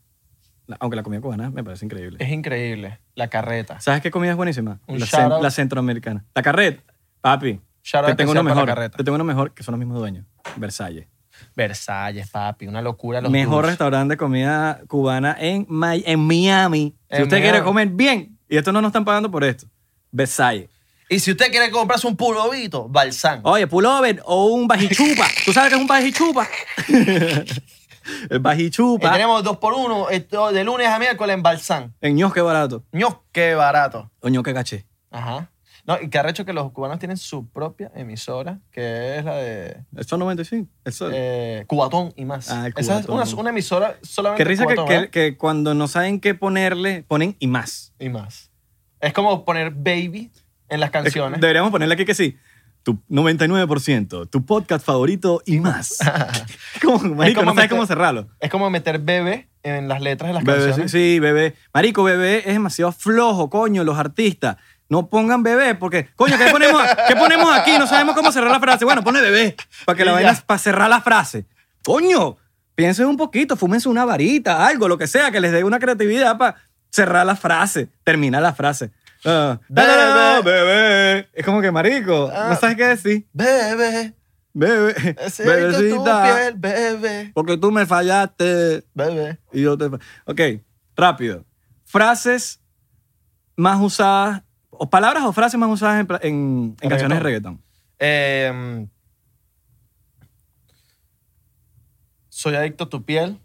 Speaker 2: Aunque la comida cubana me parece increíble.
Speaker 1: Es increíble. La carreta.
Speaker 2: ¿Sabes qué comida es buenísima?
Speaker 1: Eh. Un
Speaker 2: La,
Speaker 1: shout
Speaker 2: cen-
Speaker 1: out.
Speaker 2: la centroamericana. La carreta. Papi,
Speaker 1: Shout out
Speaker 2: te
Speaker 1: especial
Speaker 2: tengo una
Speaker 1: para la
Speaker 2: mejor.
Speaker 1: carreta.
Speaker 2: Te tengo una mejor, que son los mismos dueños. Versalles.
Speaker 1: Versalles, papi. Una locura. Los
Speaker 2: mejor
Speaker 1: tours.
Speaker 2: restaurante de comida cubana en, Mi- en Miami. Si
Speaker 1: En
Speaker 2: usted
Speaker 1: Miami.
Speaker 2: quiere comer bien, y esto no nos están pagando por esto. Versalles.
Speaker 1: Y si usted quiere comprarse un pulovito, Balsán.
Speaker 2: Oye, pullover o un bajichupa. ¿Tú sabes qué es un bajichupa? El
Speaker 1: Y
Speaker 2: bajichupa.
Speaker 1: Eh, tenemos dos por uno esto, de lunes a miércoles en Balsán.
Speaker 2: En ños, qué barato.
Speaker 1: Ño, qué barato.
Speaker 2: O ños, qué caché.
Speaker 1: Ajá. No, y que arrecho que los cubanos tienen su propia emisora, que es la de
Speaker 2: El Sol 95. El Sol.
Speaker 1: eh, Cubatón y más.
Speaker 2: Ah, el
Speaker 1: Esa es
Speaker 2: Cubatón.
Speaker 1: una, una emisora solamente
Speaker 2: qué risa que,
Speaker 1: Cubatón, ¿eh?
Speaker 2: que-
Speaker 1: ¿verdad?
Speaker 2: que cuando no saben qué ponerle, ponen y más.
Speaker 1: Y más. Es como poner baby en las
Speaker 2: Es que
Speaker 1: canciones.
Speaker 2: Deberíamos ponerle aquí que sí. Tu 99%, tu podcast favorito y más. como, marico,
Speaker 1: como
Speaker 2: no sabes
Speaker 1: meter-
Speaker 2: cómo cerrarlo.
Speaker 1: Es como meter bebé en las letras de las
Speaker 2: Bebé, sí,
Speaker 1: canciones.
Speaker 2: sí, bebé. Marico, bebé es demasiado flojo, coño, los artistas. No pongan bebé porque, coño, ¿qué ponemos, ¿qué ponemos aquí? No sabemos cómo cerrar la frase. Bueno, pone bebé para que la
Speaker 1: Y
Speaker 2: vaina,
Speaker 1: ya.
Speaker 2: para cerrar la frase. Coño, piensen un poquito, fúmense una varita, algo, lo que sea, que les dé una creatividad para cerrar la frase, terminar la frase. Ah,
Speaker 1: Bebé. Ah.
Speaker 2: bebé. Es como que, marico, no sabes qué decir.
Speaker 1: Bebé,
Speaker 2: Bebé,
Speaker 1: ese tu
Speaker 2: bebecita,
Speaker 1: piel, bebé,
Speaker 2: porque tú me fallaste.
Speaker 1: bebé.
Speaker 2: Y yo te... Ok, rápido. Frases más usadas, o palabras o frases más usadas en, pla- en- en
Speaker 1: En
Speaker 2: canciones de reggaetón.
Speaker 1: Eh, soy adicto a tu piel.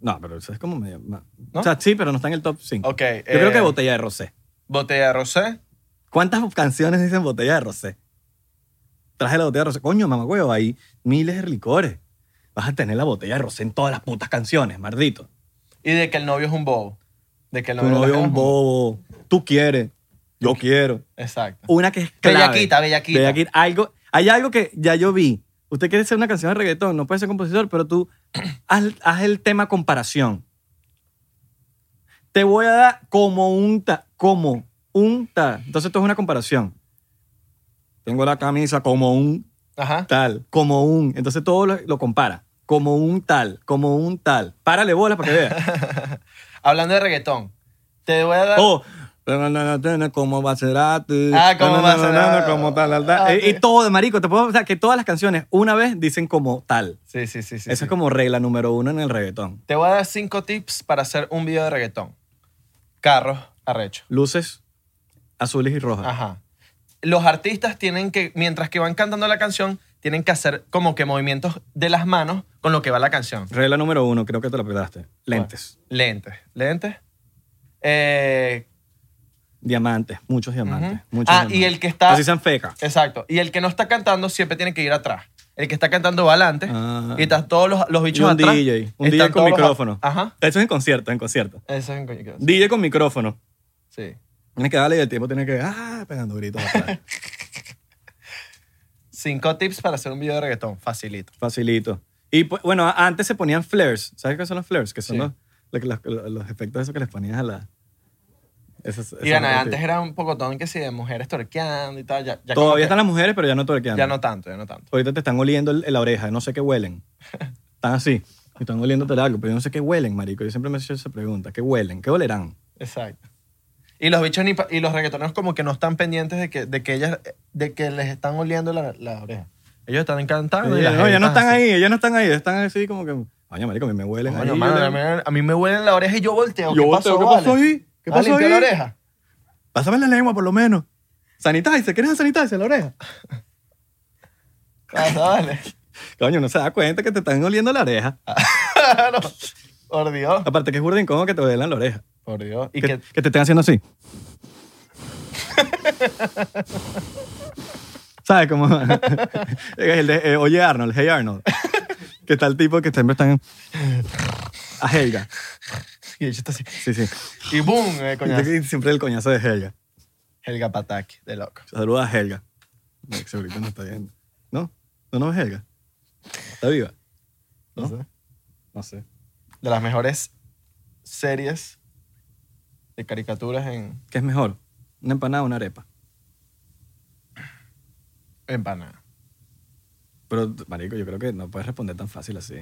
Speaker 2: No, pero eso es como medio... ma-
Speaker 1: ¿No?
Speaker 2: O sea, sí, pero no está en el top 5.
Speaker 1: Ok. eh.
Speaker 2: Yo creo que
Speaker 1: botella.
Speaker 2: Botella de Rosé.
Speaker 1: Botella de rosé.
Speaker 2: ¿Cuántas canciones dicen Botella de Rosé? Traje la botella de Rosé. Coño, mamá, huevo, hay miles de licores. Vas a tener la botella de Rosé en todas las putas canciones, mardito.
Speaker 1: Y de que el novio es un bobo. De que el
Speaker 2: Tu
Speaker 1: novio,
Speaker 2: novio es un
Speaker 1: un
Speaker 2: bobo. Tú quieres. Yo quiero.
Speaker 1: Exacto.
Speaker 2: Una que es clave.
Speaker 1: Bellaquita, bellaquita.
Speaker 2: Bellaquita. Algo, hay algo que ya yo vi. Usted quiere hacer una canción de reggaetón, no puede ser compositor, pero tú haz, haz el tema comparación. Te voy a dar como un ta, como un ta. Entonces esto es una comparación. Tengo la camisa como un
Speaker 1: Ajá.
Speaker 2: tal, como un. Entonces todo lo, lo compara. Como un tal, como un tal. Párale bola para que veas.
Speaker 1: Hablando de reggaetón. Te voy a dar.
Speaker 2: O Como Bacerati.
Speaker 1: Oh. Ah, como
Speaker 2: Na, na, na, na, na,
Speaker 1: Bacerati.
Speaker 2: Como tal, tal, tal.
Speaker 1: Ah,
Speaker 2: Eh,
Speaker 1: ok.
Speaker 2: Y todo de marico. Te puedo, o sea, que todas las canciones una vez dicen como tal.
Speaker 1: Sí, sí, sí. sí
Speaker 2: Eso
Speaker 1: sí.
Speaker 2: es como regla número uno en el reggaetón.
Speaker 1: Te voy a dar cinco tips para hacer un video de reggaetón. Carros, arrecho.
Speaker 2: Luces azules y rojas.
Speaker 1: Ajá. Los artistas tienen que, mientras que van cantando la canción, tienen que hacer como que movimientos de las manos con lo que va la canción.
Speaker 2: Regla número uno, creo que te la pegaste. Lentes.
Speaker 1: Lentes. Lentes. Eh,
Speaker 2: Diamantes. Muchos diamantes.
Speaker 1: Ujú.
Speaker 2: muchos
Speaker 1: Ah, y
Speaker 2: diamantes.
Speaker 1: el que está-
Speaker 2: Así sean fecas.
Speaker 1: exacto. Y el que no está cantando siempre tiene que ir atrás. El que está cantando va adelante
Speaker 2: Ah.
Speaker 1: y están todos los, los bichos
Speaker 2: Y un
Speaker 1: atrás.
Speaker 2: DJ. Un
Speaker 1: Están
Speaker 2: DJ con
Speaker 1: todos los-
Speaker 2: micrófono.
Speaker 1: Ajá.
Speaker 2: Eso es en concierto, en concierto.
Speaker 1: Eso es en coño.
Speaker 2: DJ con micrófono.
Speaker 1: Sí.
Speaker 2: Tienes que darle y el tipo tiene que. Ah, pegando gritos. atrás.
Speaker 1: Cinco tips para hacer un video de reggaetón. Facilito.
Speaker 2: Facilito. Y pues, bueno, a- antes se ponían flares. ¿Sabes qué son los flares? Que son
Speaker 1: Sí.
Speaker 2: los, lo que- los, los- los efectos esos que les ponías a la. esos-
Speaker 1: Y
Speaker 2: esos
Speaker 1: bueno,
Speaker 2: efectos.
Speaker 1: antes era un pocotón que sí, de mujeres torqueando y tal. Ya, ya como que-
Speaker 2: Todavía están las mujeres, pero ya no tuerquean.
Speaker 1: Ya no tanto, ya no tanto.
Speaker 2: Ahorita te están oliendo el- la oreja, no sé qué huelen. Están así. Y están oliéndote algo, pero yo no sé qué huelen, marico. Yo siempre me he hecho esa pregunta. ¿Qué huelen? ¿Qué olerán?
Speaker 1: Exacto. Y los bichos ni pa- y los reggaetoneros como que no están pendientes de que, de que ellas, de que les están oliendo la, la oreja. Ellos están encantando. Ah, y
Speaker 2: Ellos
Speaker 1: las
Speaker 2: no, ellos no
Speaker 1: evitas
Speaker 2: están
Speaker 1: así.
Speaker 2: ahí, ellos no están ahí. Están así como que... Coño, marico, a mí me huelen
Speaker 1: Coño,
Speaker 2: ahí,
Speaker 1: mano,
Speaker 2: yo le-
Speaker 1: a, mí, a mí me huelen la oreja y yo volteo.
Speaker 2: Yo
Speaker 1: ¿Qué
Speaker 2: volteo,
Speaker 1: pasó,
Speaker 2: ¿qué
Speaker 1: vale?
Speaker 2: pasó ahí? ¿Qué
Speaker 1: Ah,
Speaker 2: pasó
Speaker 1: limpió
Speaker 2: ahí?
Speaker 1: la oreja?
Speaker 2: Pásame la lengua, por lo menos. Sanitizer, ¿quieres un sanitizer en la oreja?
Speaker 1: Pasa, vale.
Speaker 2: Coño, no se da cuenta que te están oliendo la oreja.
Speaker 1: Claro. Por Dios.
Speaker 2: Aparte que es burda incómodo que te huelan la oreja.
Speaker 1: Por Dios. Y
Speaker 2: Que,
Speaker 1: que,
Speaker 2: que te estén haciendo así. ¿Sabes cómo? El de, eh, Oye Arnold, Hey Arnold. Que está el tipo que siempre están... A Helga.
Speaker 1: y ella está así.
Speaker 2: Sí, sí.
Speaker 1: Y boom, eh, coñazo.
Speaker 2: Y Siempre el coñazo de Helga.
Speaker 1: Helga Pataki, de loco.
Speaker 2: Saluda a Helga. No, que ahorita no está viendo. ¿No? ¿Tú no ves Helga? ¿Está viva?
Speaker 1: No
Speaker 2: ¿No?
Speaker 1: sé.
Speaker 2: No sé.
Speaker 1: De las mejores series de caricaturas en,
Speaker 2: ¿Qué es mejor? ¿Una empanada o una arepa?
Speaker 1: en Panamá.
Speaker 2: Pero, marico, yo creo que no puedes responder tan fácil así.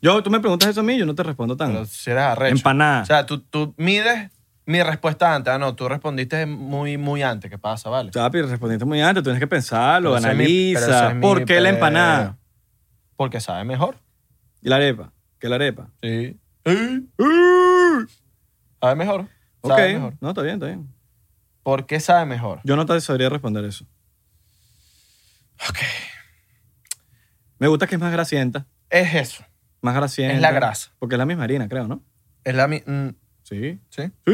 Speaker 2: Yo, tú me preguntas eso a mí, yo no te respondo tan.
Speaker 1: Pero si eres arrecho.
Speaker 2: Empanada.
Speaker 1: O sea, tú, tú mides mi respuesta antes. Ah, no, tú respondiste muy, muy antes. ¿Qué pasa, vale?
Speaker 2: Chapi, respondiste muy antes, tienes que pensarlo,
Speaker 1: Pero ese es mi- pero
Speaker 2: analiza.
Speaker 1: ese es
Speaker 2: ¿Por
Speaker 1: mi
Speaker 2: qué la
Speaker 1: pe-
Speaker 2: empanada?
Speaker 1: Porque sabe mejor.
Speaker 2: ¿Y la arepa? ¿Qué la arepa?
Speaker 1: Sí. Sabe mejor.
Speaker 2: Ok.
Speaker 1: Sabe mejor.
Speaker 2: No, está bien, está bien.
Speaker 1: ¿Por qué sabe mejor?
Speaker 2: Yo no te sabría responder eso.
Speaker 1: Ok.
Speaker 2: Me gusta que es más grasienta.
Speaker 1: Es eso.
Speaker 2: Más grasienta.
Speaker 1: Es la grasa.
Speaker 2: Porque es la misma harina, creo, ¿no?
Speaker 1: Es la mi- mm,
Speaker 2: Sí.
Speaker 1: Sí.
Speaker 2: ¡Sí!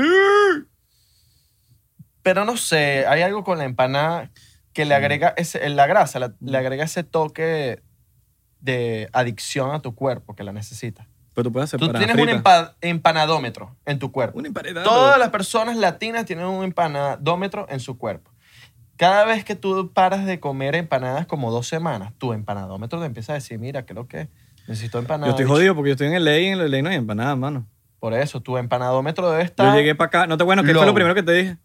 Speaker 1: Pero no sé, hay algo con la empanada que le agrega ese, la grasa, la- le agrega ese toque de adicción a tu cuerpo que la necesita.
Speaker 2: Pero tú puedes hacer
Speaker 1: Tú
Speaker 2: para
Speaker 1: tienes
Speaker 2: frita.
Speaker 1: un empa- empanadómetro en tu cuerpo.
Speaker 2: Un emparedado.
Speaker 1: Todas las personas latinas tienen un empanadómetro en su cuerpo. Cada vez que tú paras de comer empanadas como dos semanas, tu empanadómetro te empieza a decir, mira, creo que necesito
Speaker 2: Yo
Speaker 1: empanadas.
Speaker 2: estoy
Speaker 1: bicho".
Speaker 2: jodido porque yo estoy en el ley y en el ley no hay empanadas, mano.
Speaker 1: Por eso, tu empanadómetro debe estar...
Speaker 2: Yo llegué para acá. No te bueno, ¿qué fue
Speaker 1: Low.
Speaker 2: lo primero que te dije?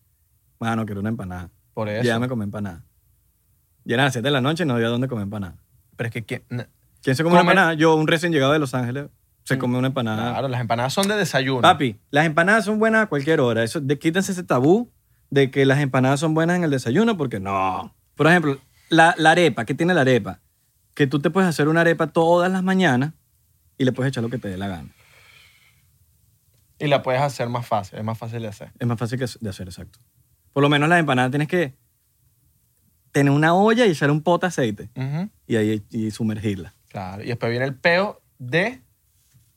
Speaker 2: Mano, quiero una empanada.
Speaker 1: Por eso.
Speaker 2: Ya me comí empanada. Ya eran las 7 de la noche y no había dónde comer empanada.
Speaker 1: Pero es que... ¿quién- no?
Speaker 2: ¿Quién se come una
Speaker 1: Comer- Mm.
Speaker 2: empanada? Yo, un recién llegado de Los Ángeles, se come una empanada.
Speaker 1: Claro, las empanadas son de desayuno.
Speaker 2: Papi, las empanadas son buenas a cualquier hora. Eso, de, quítense ese tabú de que las empanadas son buenas en el desayuno, porque no. Por ejemplo, la, la arepa, ¿qué tiene la arepa? Que tú te puedes hacer una arepa todas las mañanas y le puedes echar lo que te dé la gana.
Speaker 1: Y la puedes hacer más fácil, es más fácil de hacer.
Speaker 2: Es más fácil que de hacer, exacto. Por lo menos las empanadas tienes que tener una olla y echar un pot de aceite
Speaker 1: Ujú,
Speaker 2: y ahí y sumergirla.
Speaker 1: Claro. Y después viene el peo de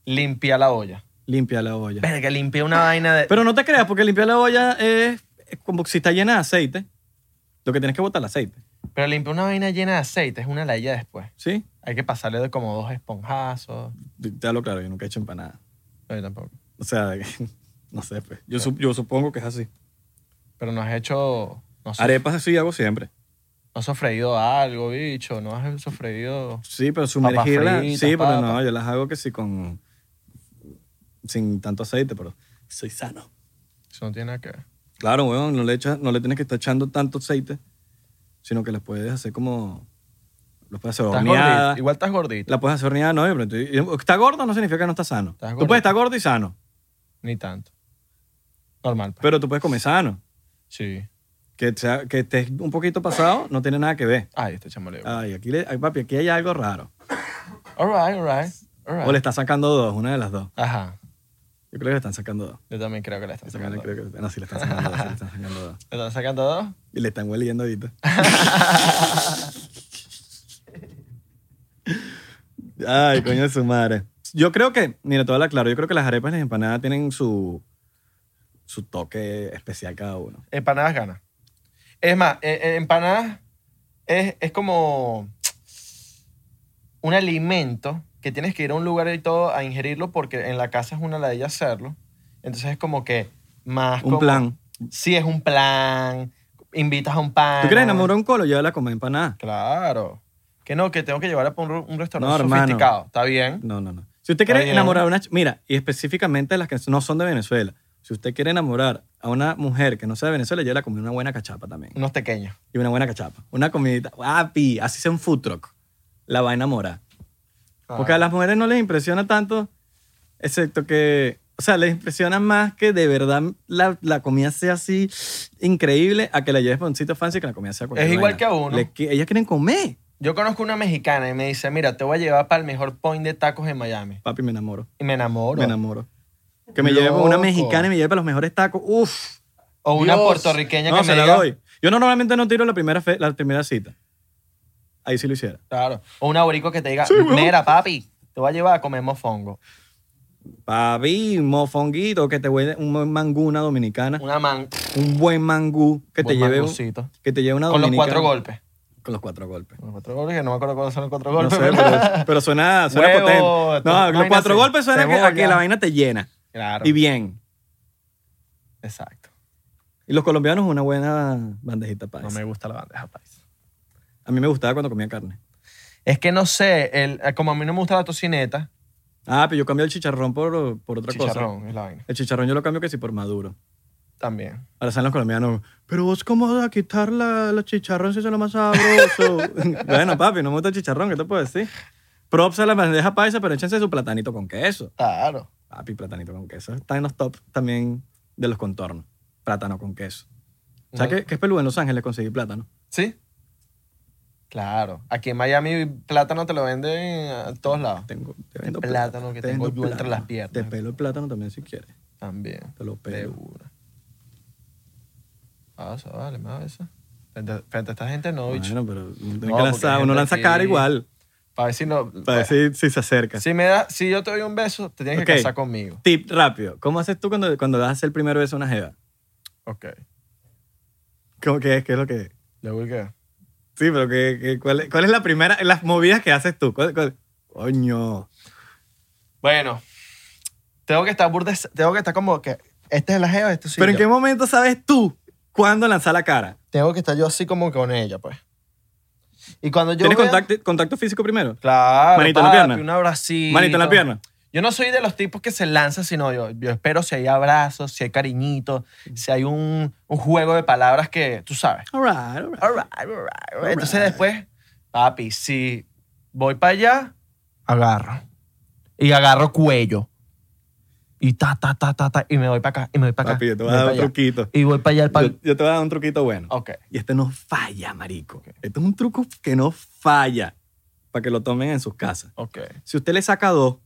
Speaker 1: limpiar la olla.
Speaker 2: Limpia la olla.
Speaker 1: Verga, limpié una vaina de...
Speaker 2: Pero no te creas, porque limpiar la olla es, es como si está llena de aceite. Lo que tienes que botar el aceite,
Speaker 1: Pero limpié una vaina llena de aceite, es una ladilla después.
Speaker 2: ¿sí?
Speaker 1: Hay que pasarle de como dos esponjazos.
Speaker 2: Te hablo claro, yo nunca he hecho empanada.
Speaker 1: No, yo tampoco.
Speaker 2: O sea, no sé, pues. Yo, sup- yo supongo que es así.
Speaker 1: Pero no has hecho. No, has sof-
Speaker 2: Arepas así hago siempre.
Speaker 1: no has sofreído algo, bicho. No has sofreído.
Speaker 2: Sí, pero sumergirla.
Speaker 1: fritas,
Speaker 2: sí, pero no,
Speaker 1: papas.
Speaker 2: yo las hago que sí con. sin tanto aceite, pero soy sano.
Speaker 1: Eso no tiene nada que ver.
Speaker 2: Claro, weón, no le, echas, no le tienes que estar echando tanto aceite, sino que las puedes hacer como. Las puedes hacer
Speaker 1: Estás gordito.
Speaker 2: horneadas.
Speaker 1: Igual estás gordito.
Speaker 2: La puedes hacer horneada, no, pero estoy- está gordo no significa que no está sano.
Speaker 1: Estás
Speaker 2: Tú
Speaker 1: gordo.
Speaker 2: puedes estar gordo y sano,
Speaker 1: Ni tanto. Normal. pues.
Speaker 2: pero tú puedes comer sano.
Speaker 1: Sí.
Speaker 2: Que, sea- que estés un poquito pasado no tiene nada que ver.
Speaker 1: Ay, este chamo le digo.
Speaker 2: Ay, aquí, le- ay, papi, aquí hay algo raro.
Speaker 1: All right, all right, all right.
Speaker 2: O le está sacando dos, una de las dos.
Speaker 1: Ajá.
Speaker 2: Yo creo que le están sacando dos.
Speaker 1: Yo también creo que le están sacando.
Speaker 2: Creo que- no, sí le están sacando dos. sí le están sacando dos.
Speaker 1: ¿Le están sacando dos?
Speaker 2: Y le están hueliendo ahorita. Ay, coño de su madre. Yo creo que, mira, toda la claro, yo creo que las arepas y las empanadas tienen su, su toque especial cada uno.
Speaker 1: Empanadas gana. Es más, eh, eh, empanadas es, es como un alimento que tienes que ir a un lugar y todo a ingerirlo porque en la casa es una la de ellas hacerlo. Entonces es como que más
Speaker 2: Un
Speaker 1: como-
Speaker 2: plan.
Speaker 1: Sí, es un plan. Invitas a un pan.
Speaker 2: ¿Tú crees enamorar un colo? Llévala a comer empanada.
Speaker 1: Claro. Que no, que tengo que llevarla para un, ru- un restaurante
Speaker 2: No, hermano.
Speaker 1: sofisticado. Está bien.
Speaker 2: No, no, no. Si
Speaker 1: Está
Speaker 2: usted quiere
Speaker 1: bien.
Speaker 2: enamorar a una... ch- Mira, y específicamente las que no son de Venezuela. Si usted quiere enamorar a una mujer que no sea de Venezuela, llévala a comer una buena cachapa también.
Speaker 1: Unos pequeños.
Speaker 2: Y una buena cachapa. Una comidita. ¡Papi! Así sea un food truck. La va a enamorar.
Speaker 1: Ah.
Speaker 2: Porque a las mujeres no les impresiona tanto, excepto que, o sea, les impresiona más que de verdad la, la comida sea así increíble a que la lleves para un sitio fancy y que la comida sea cualquier
Speaker 1: Es igual
Speaker 2: vaina.
Speaker 1: que a uno.
Speaker 2: Les qui- ellas quieren comer.
Speaker 1: Yo conozco una mexicana y me dice, mira, te voy a llevar para el mejor point de tacos en Miami.
Speaker 2: Papi, me enamoro.
Speaker 1: Y me enamoro.
Speaker 2: Me enamoro. Que me lleve con una
Speaker 1: Loco.
Speaker 2: mexicana y me lleve para los mejores tacos. Uf.
Speaker 1: O una
Speaker 2: Dios.
Speaker 1: puertorriqueña
Speaker 2: no,
Speaker 1: que
Speaker 2: se
Speaker 1: me
Speaker 2: la
Speaker 1: diga,
Speaker 2: doy. Yo no, normalmente no tiro la primera, fe- la primera cita. Ahí sí lo hiciera.
Speaker 1: Claro. O una boricua que te diga, mira, papi, te voy a llevar a comer mofongo.
Speaker 2: Papi, mofonguito, que te huele un buen mangú, una dominicana.
Speaker 1: Una man.
Speaker 2: Un buen mangú que
Speaker 1: Buen
Speaker 2: te lleve. un-
Speaker 1: mangucito.
Speaker 2: Que te lleve una
Speaker 1: Con los
Speaker 2: dominicana.
Speaker 1: cuatro golpes.
Speaker 2: Con los cuatro golpes.
Speaker 1: Con los cuatro golpes, que no me acuerdo cuáles son los cuatro
Speaker 2: No
Speaker 1: golpes.
Speaker 2: sé,
Speaker 1: pero-
Speaker 2: pero, pero suena, suena
Speaker 1: Huevo,
Speaker 2: potente.
Speaker 1: to-
Speaker 2: No, los
Speaker 1: vaina
Speaker 2: cuatro
Speaker 1: así.
Speaker 2: golpes suena que, a que
Speaker 1: Cebolla.
Speaker 2: la vaina te llena.
Speaker 1: Claro.
Speaker 2: Y bien.
Speaker 1: Exacto.
Speaker 2: Y los colombianos una buena bandejita paisa.
Speaker 1: No me gusta la bandeja paisa.
Speaker 2: A mí me gustaba cuando comía carne.
Speaker 1: Es que no sé, el, eh, como a mí no me gusta la tocineta,
Speaker 2: Ah, pero yo cambio el chicharrón por, por otra cosa.
Speaker 1: chicharrón es la vaina.
Speaker 2: El chicharrón yo lo cambio que sí por maduro.
Speaker 1: También.
Speaker 2: Ahora salen los colombianos, pero vos cómo vas a quitar la, los chicharrón si eso es lo más sabroso. bueno, papi, no me gusta el chicharrón, ¿qué te puedo decir? Props a la bandeja paisa, pero échense su platanito con queso.
Speaker 1: Claro.
Speaker 2: Papi, platanito con queso. Está en los top también de los contornos. Plátano con queso. ¿Sabes
Speaker 1: No.
Speaker 2: qué, qué es peludo en Los Ángeles conseguir plátano?
Speaker 1: ¿Sí? Claro. Aquí en Miami, plátano te lo venden a todos lados.
Speaker 2: Tengo, te vendo
Speaker 1: plátano que
Speaker 2: te
Speaker 1: tengo
Speaker 2: vendo
Speaker 1: yo entre las piernas.
Speaker 2: Te pelo el plátano también si quieres.
Speaker 1: También.
Speaker 2: Te lo
Speaker 1: De
Speaker 2: pelo.
Speaker 1: una. Pasa, vale, me da eso. Frente frente a esta gente no, bicho.
Speaker 2: Bueno, pero uno tiene
Speaker 1: No,
Speaker 2: que
Speaker 1: porque
Speaker 2: lanzar,
Speaker 1: hay
Speaker 2: uno
Speaker 1: gente
Speaker 2: lanza
Speaker 1: aquí-
Speaker 2: cara igual
Speaker 1: Para ver si no.
Speaker 2: para
Speaker 1: bueno,
Speaker 2: decir si se acerca.
Speaker 1: Si, me da, si yo te doy un beso, te tienes
Speaker 2: Ok.
Speaker 1: que casar conmigo.
Speaker 2: Tip rápido. ¿Cómo haces tú cuando, cuando das el primer beso a una jeva?
Speaker 1: Ok.
Speaker 2: ¿Cómo que es? ¿Qué es lo que es?
Speaker 1: Luego, ¿y ¿qué?
Speaker 2: Sí, pero ¿qué, qué- cuál, es, cuál es la primera, las movidas que haces tú? ¿Cuál- cuál? Coño.
Speaker 1: Bueno, tengo que estar burda, tengo que estar como que. Esta es la jeva, esto sí.
Speaker 2: pero ¿en
Speaker 1: yo.
Speaker 2: qué momento sabes tú cuándo lanzar la cara?
Speaker 1: Tengo que estar yo así como con ella, pues. Y cuando yo.
Speaker 2: ¿Tienes
Speaker 1: vea-
Speaker 2: contacto, contacto físico primero?
Speaker 1: Claro.
Speaker 2: Manito en la
Speaker 1: papi,
Speaker 2: pierna.
Speaker 1: Un abracito.
Speaker 2: Manito en la pierna.
Speaker 1: Yo no soy de los tipos que se lanzan, sino yo, yo espero si hay abrazos, si hay cariñitos,
Speaker 2: Mm.
Speaker 1: si hay un, un juego de palabras que tú sabes.
Speaker 2: All right, all right.
Speaker 1: All right, all right, all right. Entonces después, papi, si voy para allá, agarro. Y agarro cuello. Y ta, ta, ta, ta, ta. Y me voy para acá, y me voy para acá.
Speaker 2: Papi, yo te
Speaker 1: y
Speaker 2: voy a dar
Speaker 1: voy
Speaker 2: un
Speaker 1: pa' allá.
Speaker 2: truquito.
Speaker 1: Y voy para allá. Para...
Speaker 2: Yo, yo te voy a dar un truquito bueno.
Speaker 1: Ok.
Speaker 2: Y este no falla, marico. Este es un truco que no falla para que lo tomen en sus casas.
Speaker 1: Ok.
Speaker 2: Si usted le saca dos,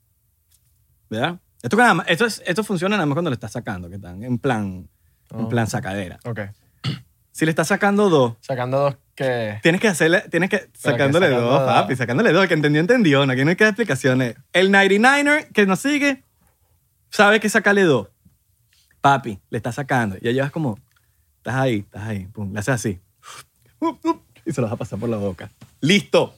Speaker 2: ¿verdad? Esto, que nada más- esto, es- esto funciona nada más cuando le está sacando, que están en plan, en
Speaker 1: Oh.
Speaker 2: plan sacadera.
Speaker 1: Ok.
Speaker 2: Si le está sacando dos,
Speaker 1: Sacando dos que...
Speaker 2: Tienes que hacerle, tienes que, sacándole
Speaker 1: sacando
Speaker 2: dos,
Speaker 1: dos.
Speaker 2: papi, sacándole dos. El que entendió, entendió. No, aquí no hay que dar explicaciones. El 99er que nos sigue sabe que sacarle dos. Papi, le está sacando. Ya llevas como, estás ahí, estás ahí. Pum, le haces así. Up, up, Y se los va a pasar por la boca. ¡Listo!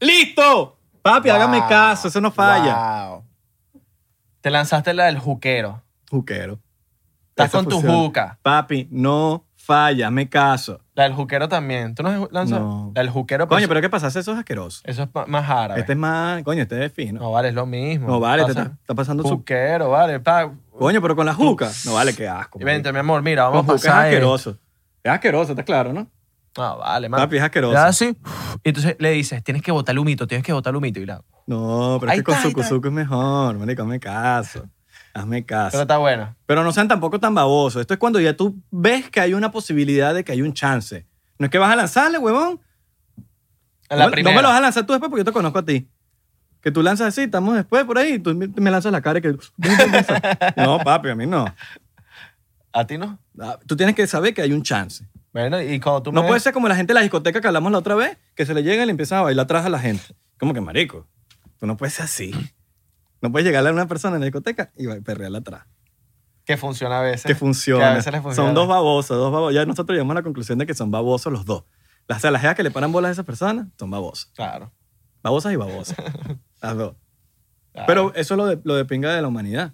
Speaker 2: ¡Listo! Papi, hágame
Speaker 1: Wow,
Speaker 2: caso, eso no falla.
Speaker 1: wow. Te lanzaste la del juquero.
Speaker 2: Juquero.
Speaker 1: Estás
Speaker 2: Esa
Speaker 1: con tu
Speaker 2: funciona.
Speaker 1: juca.
Speaker 2: Papi, no falla, hazme caso.
Speaker 1: La del juquero también. ¿Tú no lanzas?
Speaker 2: No.
Speaker 1: La del juquero.
Speaker 2: Coño,
Speaker 1: pues,
Speaker 2: pero ¿qué pasa? Eso es asqueroso.
Speaker 1: Eso es pa- más árabe.
Speaker 2: Este es más, coño, este es fino.
Speaker 1: No vale, es lo mismo.
Speaker 2: No vale, te
Speaker 1: Pasa-
Speaker 2: está, está pasando su...
Speaker 1: Juquero, vale. pa-
Speaker 2: Coño, pero con la juca. No vale, qué asco.
Speaker 1: Y Vente,
Speaker 2: marico.
Speaker 1: mi amor, mira, vamos
Speaker 2: Con
Speaker 1: a
Speaker 2: juca es
Speaker 1: pasar. esto.
Speaker 2: asqueroso. Es asqueroso, está claro, ¿no?
Speaker 1: No, vale, mano.
Speaker 2: Papi, es asqueroso.
Speaker 1: Le das así, y entonces le dices, tienes que botar el humito, tienes que botar el humito. Y la...
Speaker 2: No, pero es
Speaker 1: Ahí
Speaker 2: que con
Speaker 1: está, ahí
Speaker 2: suco,
Speaker 1: está.
Speaker 2: suco es mejor, marico, hazme caso. Hazme caso.
Speaker 1: Pero está bueno.
Speaker 2: Pero no sean tampoco tan babosos. Esto es cuando ya tú ves que hay una posibilidad de que hay un chance. No es que vas a lanzarle, huevón.
Speaker 1: En la
Speaker 2: no, me- no
Speaker 1: primera.
Speaker 2: me lo vas a lanzar tú después porque yo te conozco a ti. Que tú lanzas así, estamos después por ahí, y tú me me lanzas la cara y que... no, papi, a mí no.
Speaker 1: ¿A ti no?
Speaker 2: Ah, Tú tienes que saber que hay un chance.
Speaker 1: Bueno, y cuando tú
Speaker 2: No
Speaker 1: me-
Speaker 2: puede ser como la gente de la discoteca que hablamos la otra vez, que se le llega y le empiezan a bailar atrás a la gente. Como que, marico, tú no puedes ser así. No puedes llegarle a una persona en la discoteca y va- perrearla atrás.
Speaker 1: Que funciona a veces.
Speaker 2: que funciona.
Speaker 1: Que a veces les funciona.
Speaker 2: Son dos babosos, dos babosos. Ya nosotros llegamos a la conclusión de que son babosos los dos. Las, o sea, las jeas que le paran bolas a esas personas son babosas.
Speaker 1: Claro.
Speaker 2: Babosas y babosas. las dos.
Speaker 1: claro.
Speaker 2: Pero eso es lo de, lo de pinga de la humanidad.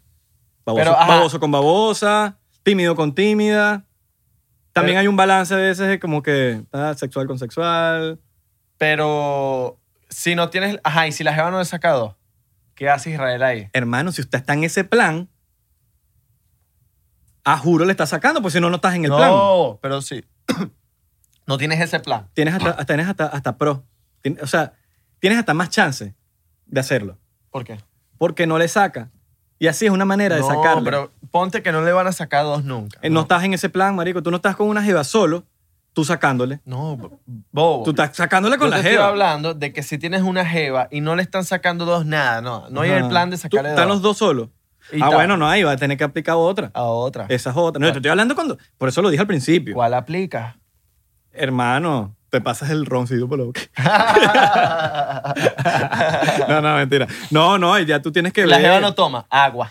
Speaker 2: Baboso,
Speaker 1: Ah. Pero, ajá.
Speaker 2: baboso con babosa, tímido con tímida. También
Speaker 1: Pero-
Speaker 2: hay un balance a veces de como que ah, sexual con sexual.
Speaker 1: Pero si no tienes. Ajá, y si la Jeva no le saca dos, ¿qué hace Israel ahí?
Speaker 2: Hermano, si usted está en ese plan, a juro le está sacando, pues si no, no estás en el
Speaker 1: no,
Speaker 2: plan.
Speaker 1: pero sí. no tienes ese plan.
Speaker 2: tienes hasta, hasta- tienes hasta, hasta pro. Tien- o sea, tienes hasta más chance de hacerlo.
Speaker 1: ¿Por qué?
Speaker 2: Porque no le saca. Y así es una manera de sacarle.
Speaker 1: pero ponte que no le van a sacar dos nunca.
Speaker 2: Eh, no. estás en ese plan, marico. Tú no estás con una jeva solo, tú sacándole.
Speaker 1: No, bo- bobo.
Speaker 2: Tú estás sacándole con
Speaker 1: Yo
Speaker 2: la
Speaker 1: te
Speaker 2: jeva.
Speaker 1: estoy hablando de que si tienes una jeva y no le están sacando dos nada, no. No hay
Speaker 2: Ajá.
Speaker 1: el plan de
Speaker 2: Tú-
Speaker 1: sacarle dos.
Speaker 2: Están los dos solos.
Speaker 1: Y Ah,
Speaker 2: ah,
Speaker 1: tal.
Speaker 2: bueno, no, ahí va a tener que aplicar otra.
Speaker 1: A otra.
Speaker 2: Esa es otra. No, yo te estoy hablando cuando... Por eso lo dije al principio.
Speaker 1: ¿Cuál aplica?
Speaker 2: Hermano, te pasas el roncito por la boca. no, no, mentira. No, no, y ya tú tienes que
Speaker 1: La
Speaker 2: ver...
Speaker 1: jeva no toma agua.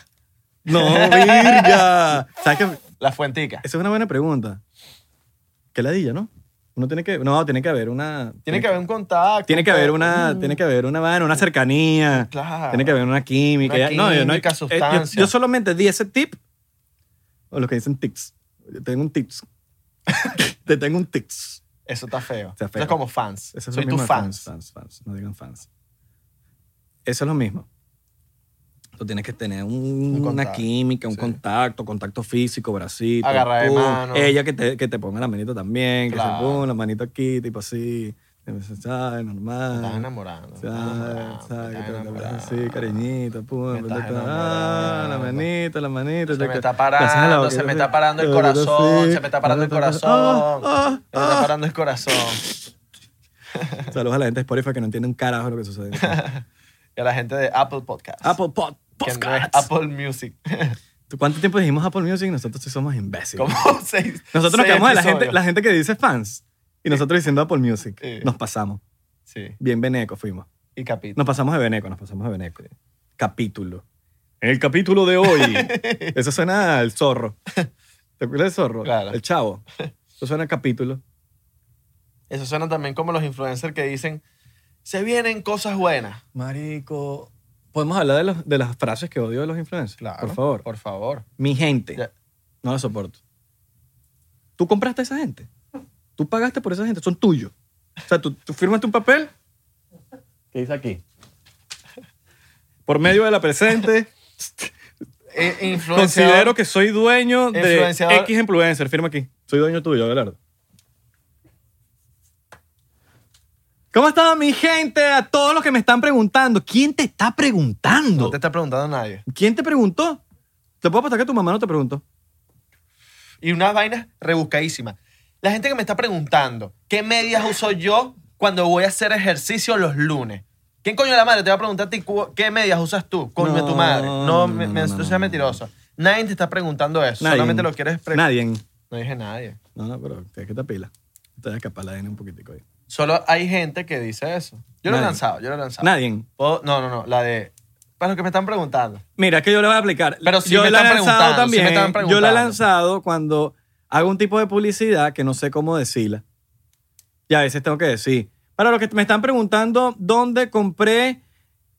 Speaker 2: No, virga. ¿Sabes qué?
Speaker 1: La fuentica.
Speaker 2: Esa es una buena pregunta. Qué ladilla, ¿no? Uno tiene que. No, tiene que haber una.
Speaker 1: Tiene que haber un contacto.
Speaker 2: Tiene
Speaker 1: un
Speaker 2: que haber
Speaker 1: pedo.
Speaker 2: una. Tiene que haber una vaina, una cercanía.
Speaker 1: Claro.
Speaker 2: Tiene que haber una química.
Speaker 1: Una
Speaker 2: Ya- no, yo no.
Speaker 1: química,
Speaker 2: eh, yo-
Speaker 1: sustancia.
Speaker 2: Yo, solamente di ese tip. O lo que dicen tips. Yo tengo un tips. Te tengo un tips.
Speaker 1: Eso está feo.
Speaker 2: Está feo.
Speaker 1: Eso es como fans.
Speaker 2: Eso es
Speaker 1: Soy
Speaker 2: lo
Speaker 1: tu
Speaker 2: mismo de
Speaker 1: fans.
Speaker 2: fans. Fans, no digan fans. Eso es lo mismo. Tú tienes que tener un- una
Speaker 1: contacto,
Speaker 2: química, un
Speaker 1: sí.
Speaker 2: contacto, contacto físico, bracito.
Speaker 1: Agarra de
Speaker 2: pum.
Speaker 1: mano.
Speaker 2: Ella que te, que te ponga la manito también, que se
Speaker 1: Claro.
Speaker 2: ponga la manito aquí, tipo así. ¿Sabes?
Speaker 1: Estás
Speaker 2: Normal.
Speaker 1: enamorando. estás
Speaker 2: ¿Sabes?
Speaker 1: enamorando,
Speaker 2: ¿Sabes? Que
Speaker 1: estás
Speaker 2: te te
Speaker 1: enamorando.
Speaker 2: abrazas así, cariñito, pum.
Speaker 1: Me estás
Speaker 2: apretá- ah, la
Speaker 1: enamorando.
Speaker 2: manita, la manita.
Speaker 1: Se
Speaker 2: te-
Speaker 1: me está
Speaker 2: te haces a la
Speaker 1: parando,
Speaker 2: boca, Eh,
Speaker 1: se me
Speaker 2: así.
Speaker 1: está parando el
Speaker 2: Te
Speaker 1: corazón,
Speaker 2: abrazas
Speaker 1: se me está parando el
Speaker 2: así.
Speaker 1: corazón,
Speaker 2: Ah,
Speaker 1: se me
Speaker 2: ah,
Speaker 1: está
Speaker 2: ah.
Speaker 1: parando el corazón.
Speaker 2: Saludos a la gente de Spotify que no entiende un carajo lo que sucede.
Speaker 1: Y a la gente de Apple Podcast.
Speaker 2: Apple Pod-
Speaker 1: Que no es
Speaker 2: Podcast.
Speaker 1: Apple Music.
Speaker 2: ¿Tú ¿Cuánto tiempo dijimos Apple Music? Nosotros sí somos imbéciles.
Speaker 1: Como seis.
Speaker 2: Nosotros
Speaker 1: seis
Speaker 2: nos quedamos de la
Speaker 1: episodios.
Speaker 2: gente, la gente que dice fans y nosotros diciendo Apple Music.
Speaker 1: Sí.
Speaker 2: Nos pasamos.
Speaker 1: Sí.
Speaker 2: Bien veneco fuimos.
Speaker 1: Y capítulo.
Speaker 2: Nos pasamos de veneco, nos pasamos de veneco. Capítulo. El capítulo de hoy. Eso suena al zorro. ¿Te acuerdas del zorro?
Speaker 1: Claro.
Speaker 2: El chavo. Eso suena al capítulo.
Speaker 1: Eso suena también como los influencers que dicen: se vienen cosas buenas.
Speaker 2: Marico. ¿Podemos hablar de, los- de las frases que odio de los influencers? Por favor.
Speaker 1: Por favor.
Speaker 2: Mi gente.
Speaker 1: Ya.
Speaker 2: No la soporto. Tú compraste a esa gente. Tú pagaste por esa gente. Son tuyos. O sea, tú, tú firmaste un papel. ¿Qué dice aquí? Por medio de la presente,
Speaker 1: Eh, influenciador-
Speaker 2: Ah, considero que soy dueño de
Speaker 1: Influenciador.
Speaker 2: X influencer. Firma aquí. Soy dueño tuyo, Abelardo. ¿Cómo está mi gente? A todos los que me están preguntando. ¿Quién te está preguntando?
Speaker 1: No te está preguntando nadie.
Speaker 2: ¿Quién te preguntó? Te puedo apostar que tu mamá no te preguntó.
Speaker 1: Y unas vainas rebuscadísimas. La gente que me está preguntando, ¿qué medias uso yo cuando voy a hacer ejercicio los lunes? ¿Quién coño de la madre te va a preguntar a ti cu- qué medias usas tú? Coño de tu
Speaker 2: No,
Speaker 1: madre.
Speaker 2: no,
Speaker 1: No, me,
Speaker 2: no,
Speaker 1: me-
Speaker 2: no,
Speaker 1: tú
Speaker 2: no.
Speaker 1: seas mentiroso. Nadie te está preguntando eso.
Speaker 2: Nadie.
Speaker 1: Solamente lo quieres preguntar.
Speaker 2: Nadie.
Speaker 1: No dije nadie.
Speaker 2: No, no, pero tienes que te pila. Te voy a escapar la N un poquitico ahí.
Speaker 1: Solo hay gente que dice eso. Yo lo he
Speaker 2: Nadie.
Speaker 1: lanzado, yo lo he lanzado.
Speaker 2: Nadie.
Speaker 1: Puedo- No, no, no. La de. Para los que me están preguntando.
Speaker 2: Mira, es que yo le voy a aplicar.
Speaker 1: Pero sí
Speaker 2: yo
Speaker 1: me
Speaker 2: la he
Speaker 1: están
Speaker 2: lanzado
Speaker 1: preguntando, sí
Speaker 2: también.
Speaker 1: me están
Speaker 2: Yo la
Speaker 1: preguntando.
Speaker 2: he lanzado cuando hago un tipo de publicidad que no sé cómo decirla. Y a veces tengo que decir. Para los que me están preguntando dónde compré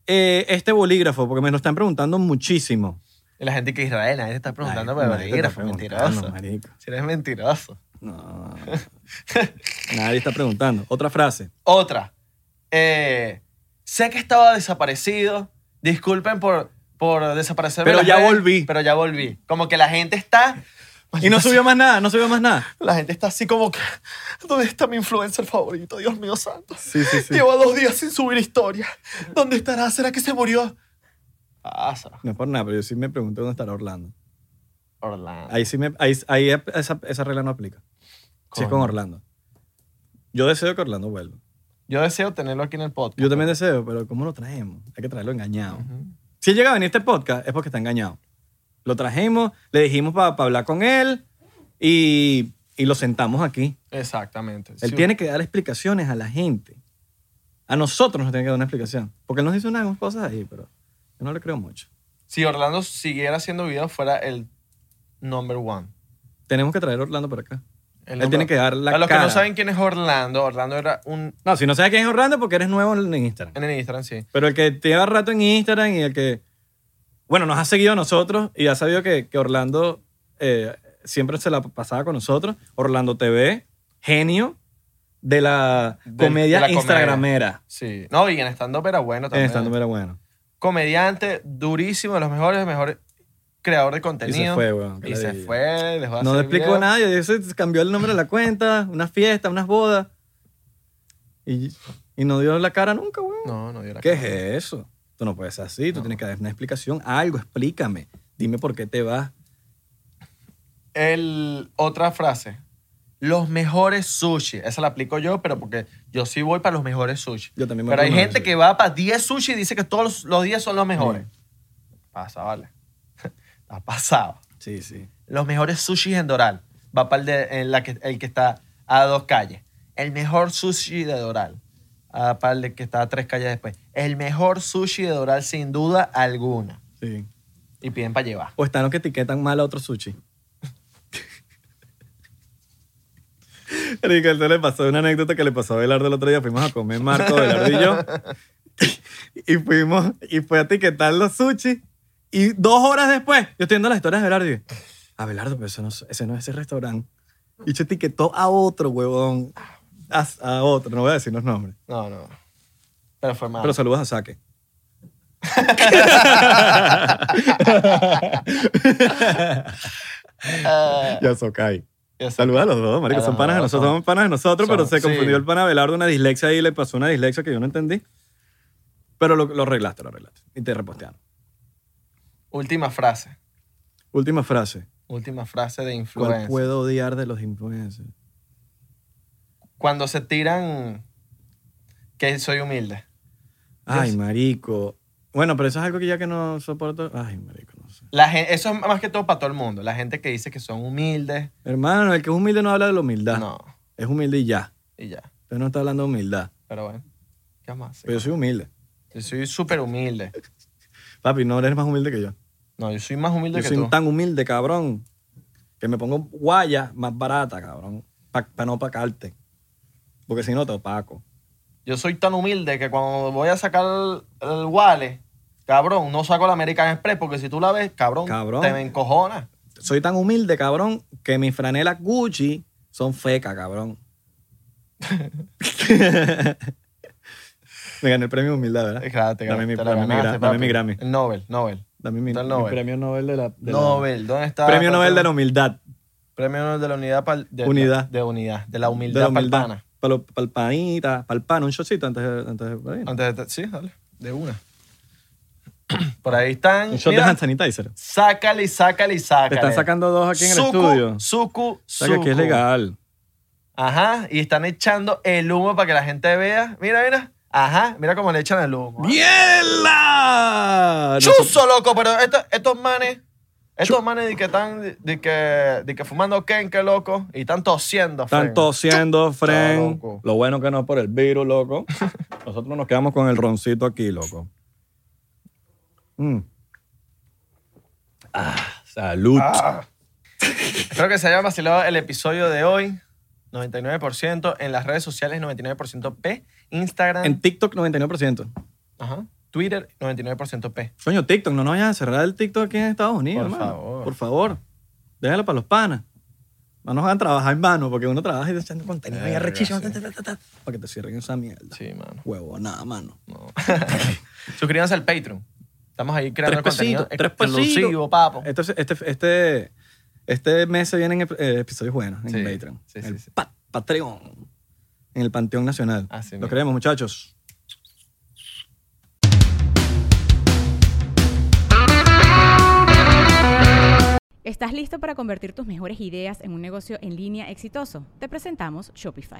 Speaker 2: eh, este bolígrafo, porque me lo están preguntando muchísimo.
Speaker 1: Y la gente que Israel, nadie te está preguntando,
Speaker 2: Ay,
Speaker 1: pero
Speaker 2: nadie te está
Speaker 1: bolígrafo,
Speaker 2: preguntando,
Speaker 1: mentiroso.
Speaker 2: marico.
Speaker 1: Si eres mentiroso.
Speaker 2: No. Nadie está preguntando. Otra frase.
Speaker 1: Otra. Eh, sé que estaba desaparecido. Disculpen por, por desaparecerme.
Speaker 2: Pero
Speaker 1: las
Speaker 2: ya volví.
Speaker 1: Pero ya volví. Como que la gente está.
Speaker 2: Y no subió más nada, no subió más nada.
Speaker 1: La gente está así como que. ¿Dónde está mi influencer favorito? Dios mío santo.
Speaker 2: Sí, sí, sí.
Speaker 1: Llevo dos días sin subir historia. ¿Dónde estará? ¿Será que se murió? Pasa.
Speaker 2: No es por nada, pero yo sí me pregunto dónde estará Orlando.
Speaker 1: Orlando.
Speaker 2: Ahí sí me. Ahí, ahí esa, esa regla no aplica. Si es con
Speaker 1: Coño.
Speaker 2: Orlando. Yo deseo que Orlando vuelva.
Speaker 1: Yo deseo tenerlo aquí en el podcast.
Speaker 2: Yo también deseo, pero ¿cómo lo traemos? Hay que traerlo engañado.
Speaker 1: Ujú.
Speaker 2: Si llega a venir este podcast, es porque está engañado. Lo trajimos, le dijimos para hablar con él y, y lo sentamos aquí.
Speaker 1: Exactamente.
Speaker 2: Él
Speaker 1: Sí.
Speaker 2: tiene que dar explicaciones a la gente. A nosotros nos tiene que dar una explicación. Porque él nos dice unas cosas ahí, pero yo no le creo mucho.
Speaker 1: Si Orlando siguiera haciendo videos, fuera el number one.
Speaker 2: Tenemos que traer a Orlando para acá.
Speaker 1: El
Speaker 2: Él
Speaker 1: number-
Speaker 2: tiene que dar la
Speaker 1: Para los que
Speaker 2: cara.
Speaker 1: no saben quién es Orlando, Orlando era un...
Speaker 2: No, si no sabes quién es Orlando, porque eres nuevo en Instagram.
Speaker 1: En el Instagram, sí.
Speaker 2: Pero el que lleva rato en Instagram y el que, bueno, nos ha seguido a nosotros y ha sabido que, que Orlando eh, siempre se la pasaba con nosotros. Orlando TV, genio de la
Speaker 1: Del-
Speaker 2: comedia
Speaker 1: de la comedia.
Speaker 2: instagramera.
Speaker 1: Sí. No, y en stand-up era bueno
Speaker 2: En
Speaker 1: también.
Speaker 2: stand-up era bueno.
Speaker 1: Comediante, durísimo, de los mejores, el mejor creador de contenido.
Speaker 2: fue, weón, qué
Speaker 1: Y se
Speaker 2: ladilla.
Speaker 1: fue, dejó de
Speaker 2: No
Speaker 1: hacer
Speaker 2: le explico
Speaker 1: videos.
Speaker 2: nada. Yo eso cambió el nombre de la cuenta, una fiesta, unas bodas. Y, y no dio la cara nunca, weón.
Speaker 1: No, no dio la
Speaker 2: ¿Qué
Speaker 1: cara.
Speaker 2: es eso? Tú no puedes ser así, tú tienes que dar una explicación, algo, explícame. Dime por qué te vas.
Speaker 1: El, otra frase. Los mejores sushi. Esa la aplico yo, pero porque yo sí voy para los mejores sushi.
Speaker 2: Yo también voy
Speaker 1: Pero
Speaker 2: para
Speaker 1: hay
Speaker 2: los
Speaker 1: gente
Speaker 2: mejores
Speaker 1: que va para 10 sushi y dice que todos los, los días son los mejores. Pasa, vale. Está pasado.
Speaker 2: Sí, sí.
Speaker 1: Los mejores sushis en Doral. Va para el, de, en la que, el que está a dos calles. El mejor sushi de Doral. Ah, para el de que está a tres calles después. El mejor sushi de Doral, sin duda alguna.
Speaker 2: Sí.
Speaker 1: Y piden para llevar.
Speaker 2: O están los que etiquetan mal a otro sushi. Rico, esto le pasó una anécdota que le pasó a Belardo el otro día. Fuimos a comer Marco, Belardo y yo. Y fuimos, y fue a etiquetar los sushi. Y dos horas después, yo estoy viendo las historias de Belardo y dije, "Ah, Belardo, pero eso no, es- ese no es ese restaurante. Y yo etiquetó a otro, huevón. A, a otro, no voy a decir los nombres.
Speaker 1: No, no. Pero fue malo.
Speaker 2: Pero saludos a Saque.
Speaker 1: Ah,
Speaker 2: Y a Sokai.
Speaker 1: ya sé.
Speaker 2: Saluda a los dos, marico.
Speaker 1: A los
Speaker 2: Son panas de
Speaker 1: dos,
Speaker 2: nosotros,
Speaker 1: son-
Speaker 2: son panas de nosotros, pero
Speaker 1: son-
Speaker 2: se confundió
Speaker 1: sí.
Speaker 2: el pana Belardo una dislexia y le pasó una dislexia que yo no entendí. Pero lo, lo arreglaste, lo arreglaste. Y te repostearon.
Speaker 1: Última frase.
Speaker 2: Última frase.
Speaker 1: Última frase de
Speaker 2: ¿Cuál
Speaker 1: influencer.
Speaker 2: puedo odiar de los influencers?
Speaker 1: Cuando se tiran que soy humilde.
Speaker 2: Ay,
Speaker 1: Dios.
Speaker 2: marico. Bueno, pero eso es algo que ya que no soporto. Ay, marico, no sé.
Speaker 1: La gen- eso es más que todo para todo el mundo. La gente que dice que son humildes.
Speaker 2: Hermano, el que es humilde no habla de la humildad.
Speaker 1: No.
Speaker 2: Es humilde y ya.
Speaker 1: Y ya.
Speaker 2: Usted no está hablando de humildad.
Speaker 1: Pero bueno. ¿Qué más?
Speaker 2: Pero yo soy humilde.
Speaker 1: Yo soy súper humilde.
Speaker 2: Papi, no eres más humilde que yo.
Speaker 1: No, yo soy más humilde
Speaker 2: Yo
Speaker 1: que
Speaker 2: soy
Speaker 1: tú.
Speaker 2: tan humilde, cabrón, que me pongo guaya más barata, cabrón, para no opacarte. Porque si no, te opaco.
Speaker 1: Yo soy tan humilde que cuando voy a sacar el, el wallet, cabrón, no saco la American Express porque si tú la ves, cabrón,
Speaker 2: Cabrón.
Speaker 1: te me encojonas.
Speaker 2: Soy tan humilde, cabrón, que mis franelas Gucci son feca, cabrón. me gané el premio de humildad, ¿verdad?
Speaker 1: Claro, te-
Speaker 2: dame mi,
Speaker 1: te la
Speaker 2: dame mi gra-
Speaker 1: ganaste,
Speaker 2: dame mi
Speaker 1: papi.
Speaker 2: Grammy.
Speaker 1: El Nobel, Nobel.
Speaker 2: Dame mi,
Speaker 1: Está el
Speaker 2: mi
Speaker 1: Nobel.
Speaker 2: premio Nobel de la... de la-
Speaker 1: Nobel, ¿dónde está?
Speaker 2: premio Nobel de la humildad.
Speaker 1: Premio Nobel de la unidad. pal- de,
Speaker 2: Unidad.
Speaker 1: De unidad. De la humildad.
Speaker 2: de la humildad.
Speaker 1: palpana.
Speaker 2: Para el panita, para el pan, un shotcito antes de... Antes de-
Speaker 1: Antes de- sí, dale. De una. Por ahí están.
Speaker 2: un shot
Speaker 1: mira,
Speaker 2: de hand sanitizer.
Speaker 1: Sácale, sácale, sácale.
Speaker 2: Te están sacando dos aquí en el
Speaker 1: Suku,
Speaker 2: estudio.
Speaker 1: Suku,
Speaker 2: O sea, que aquí es
Speaker 1: suku.
Speaker 2: legal.
Speaker 1: Ajá. Y están echando el humo para que la gente vea. Mira, mira. Ajá. Mira cómo le echan el humo.
Speaker 2: ¡Mierda! Nosotros-
Speaker 1: ¡Chuzo, loco! Pero esto- estos manes. Estos manes de que están de, de que, de que fumando kenke, loco. Y están tosiendo.
Speaker 2: Están
Speaker 1: friend.
Speaker 2: tosiendo, Fren.
Speaker 1: loco.
Speaker 2: Lo bueno que no es por el virus, loco. Nosotros nos quedamos con el roncito aquí, loco. Mm. Ah, salud.
Speaker 1: Espero Ah. que se haya vacilado el episodio de hoy. 99% en las redes sociales, 99% P. Instagram,
Speaker 2: En TikTok, 99%.
Speaker 1: ajá, Twitter, 99% P.
Speaker 2: Coño, TikTok, no nos vayas a cerrar el TikTok aquí en Estados Unidos,
Speaker 1: Por
Speaker 2: hermano.
Speaker 1: favor.
Speaker 2: Por favor. Déjalo para los panas. No nos hagan trabajar en vano, porque uno trabaja y está echando contenido y
Speaker 1: Verga,
Speaker 2: arrechísimo.
Speaker 1: sí.
Speaker 2: ta, ta, ta, ta, Para que te cierren esa mierda.
Speaker 1: Sí, mano.
Speaker 2: Huevo, nada, mano.
Speaker 1: no. Suscríbanse al Patreon. Estamos ahí creando el
Speaker 2: Tres
Speaker 1: contenido
Speaker 2: pesitos, tres
Speaker 1: exclusivo,
Speaker 2: pesitos.
Speaker 1: papo.
Speaker 2: Entonces, este, este, este mes se vienen ep- eh, episodios buenos en
Speaker 1: Sí,
Speaker 2: Patreon.
Speaker 1: sí,
Speaker 2: en
Speaker 1: sí,
Speaker 2: el
Speaker 1: sí. Ah,
Speaker 2: pa- Patreon. En el Panteón Nacional.
Speaker 1: Así
Speaker 2: Los
Speaker 1: mismo.
Speaker 2: queremos, muchachos.
Speaker 3: ¿Estás listo para convertir tus mejores ideas en un negocio en línea exitoso? Te presentamos Shopify.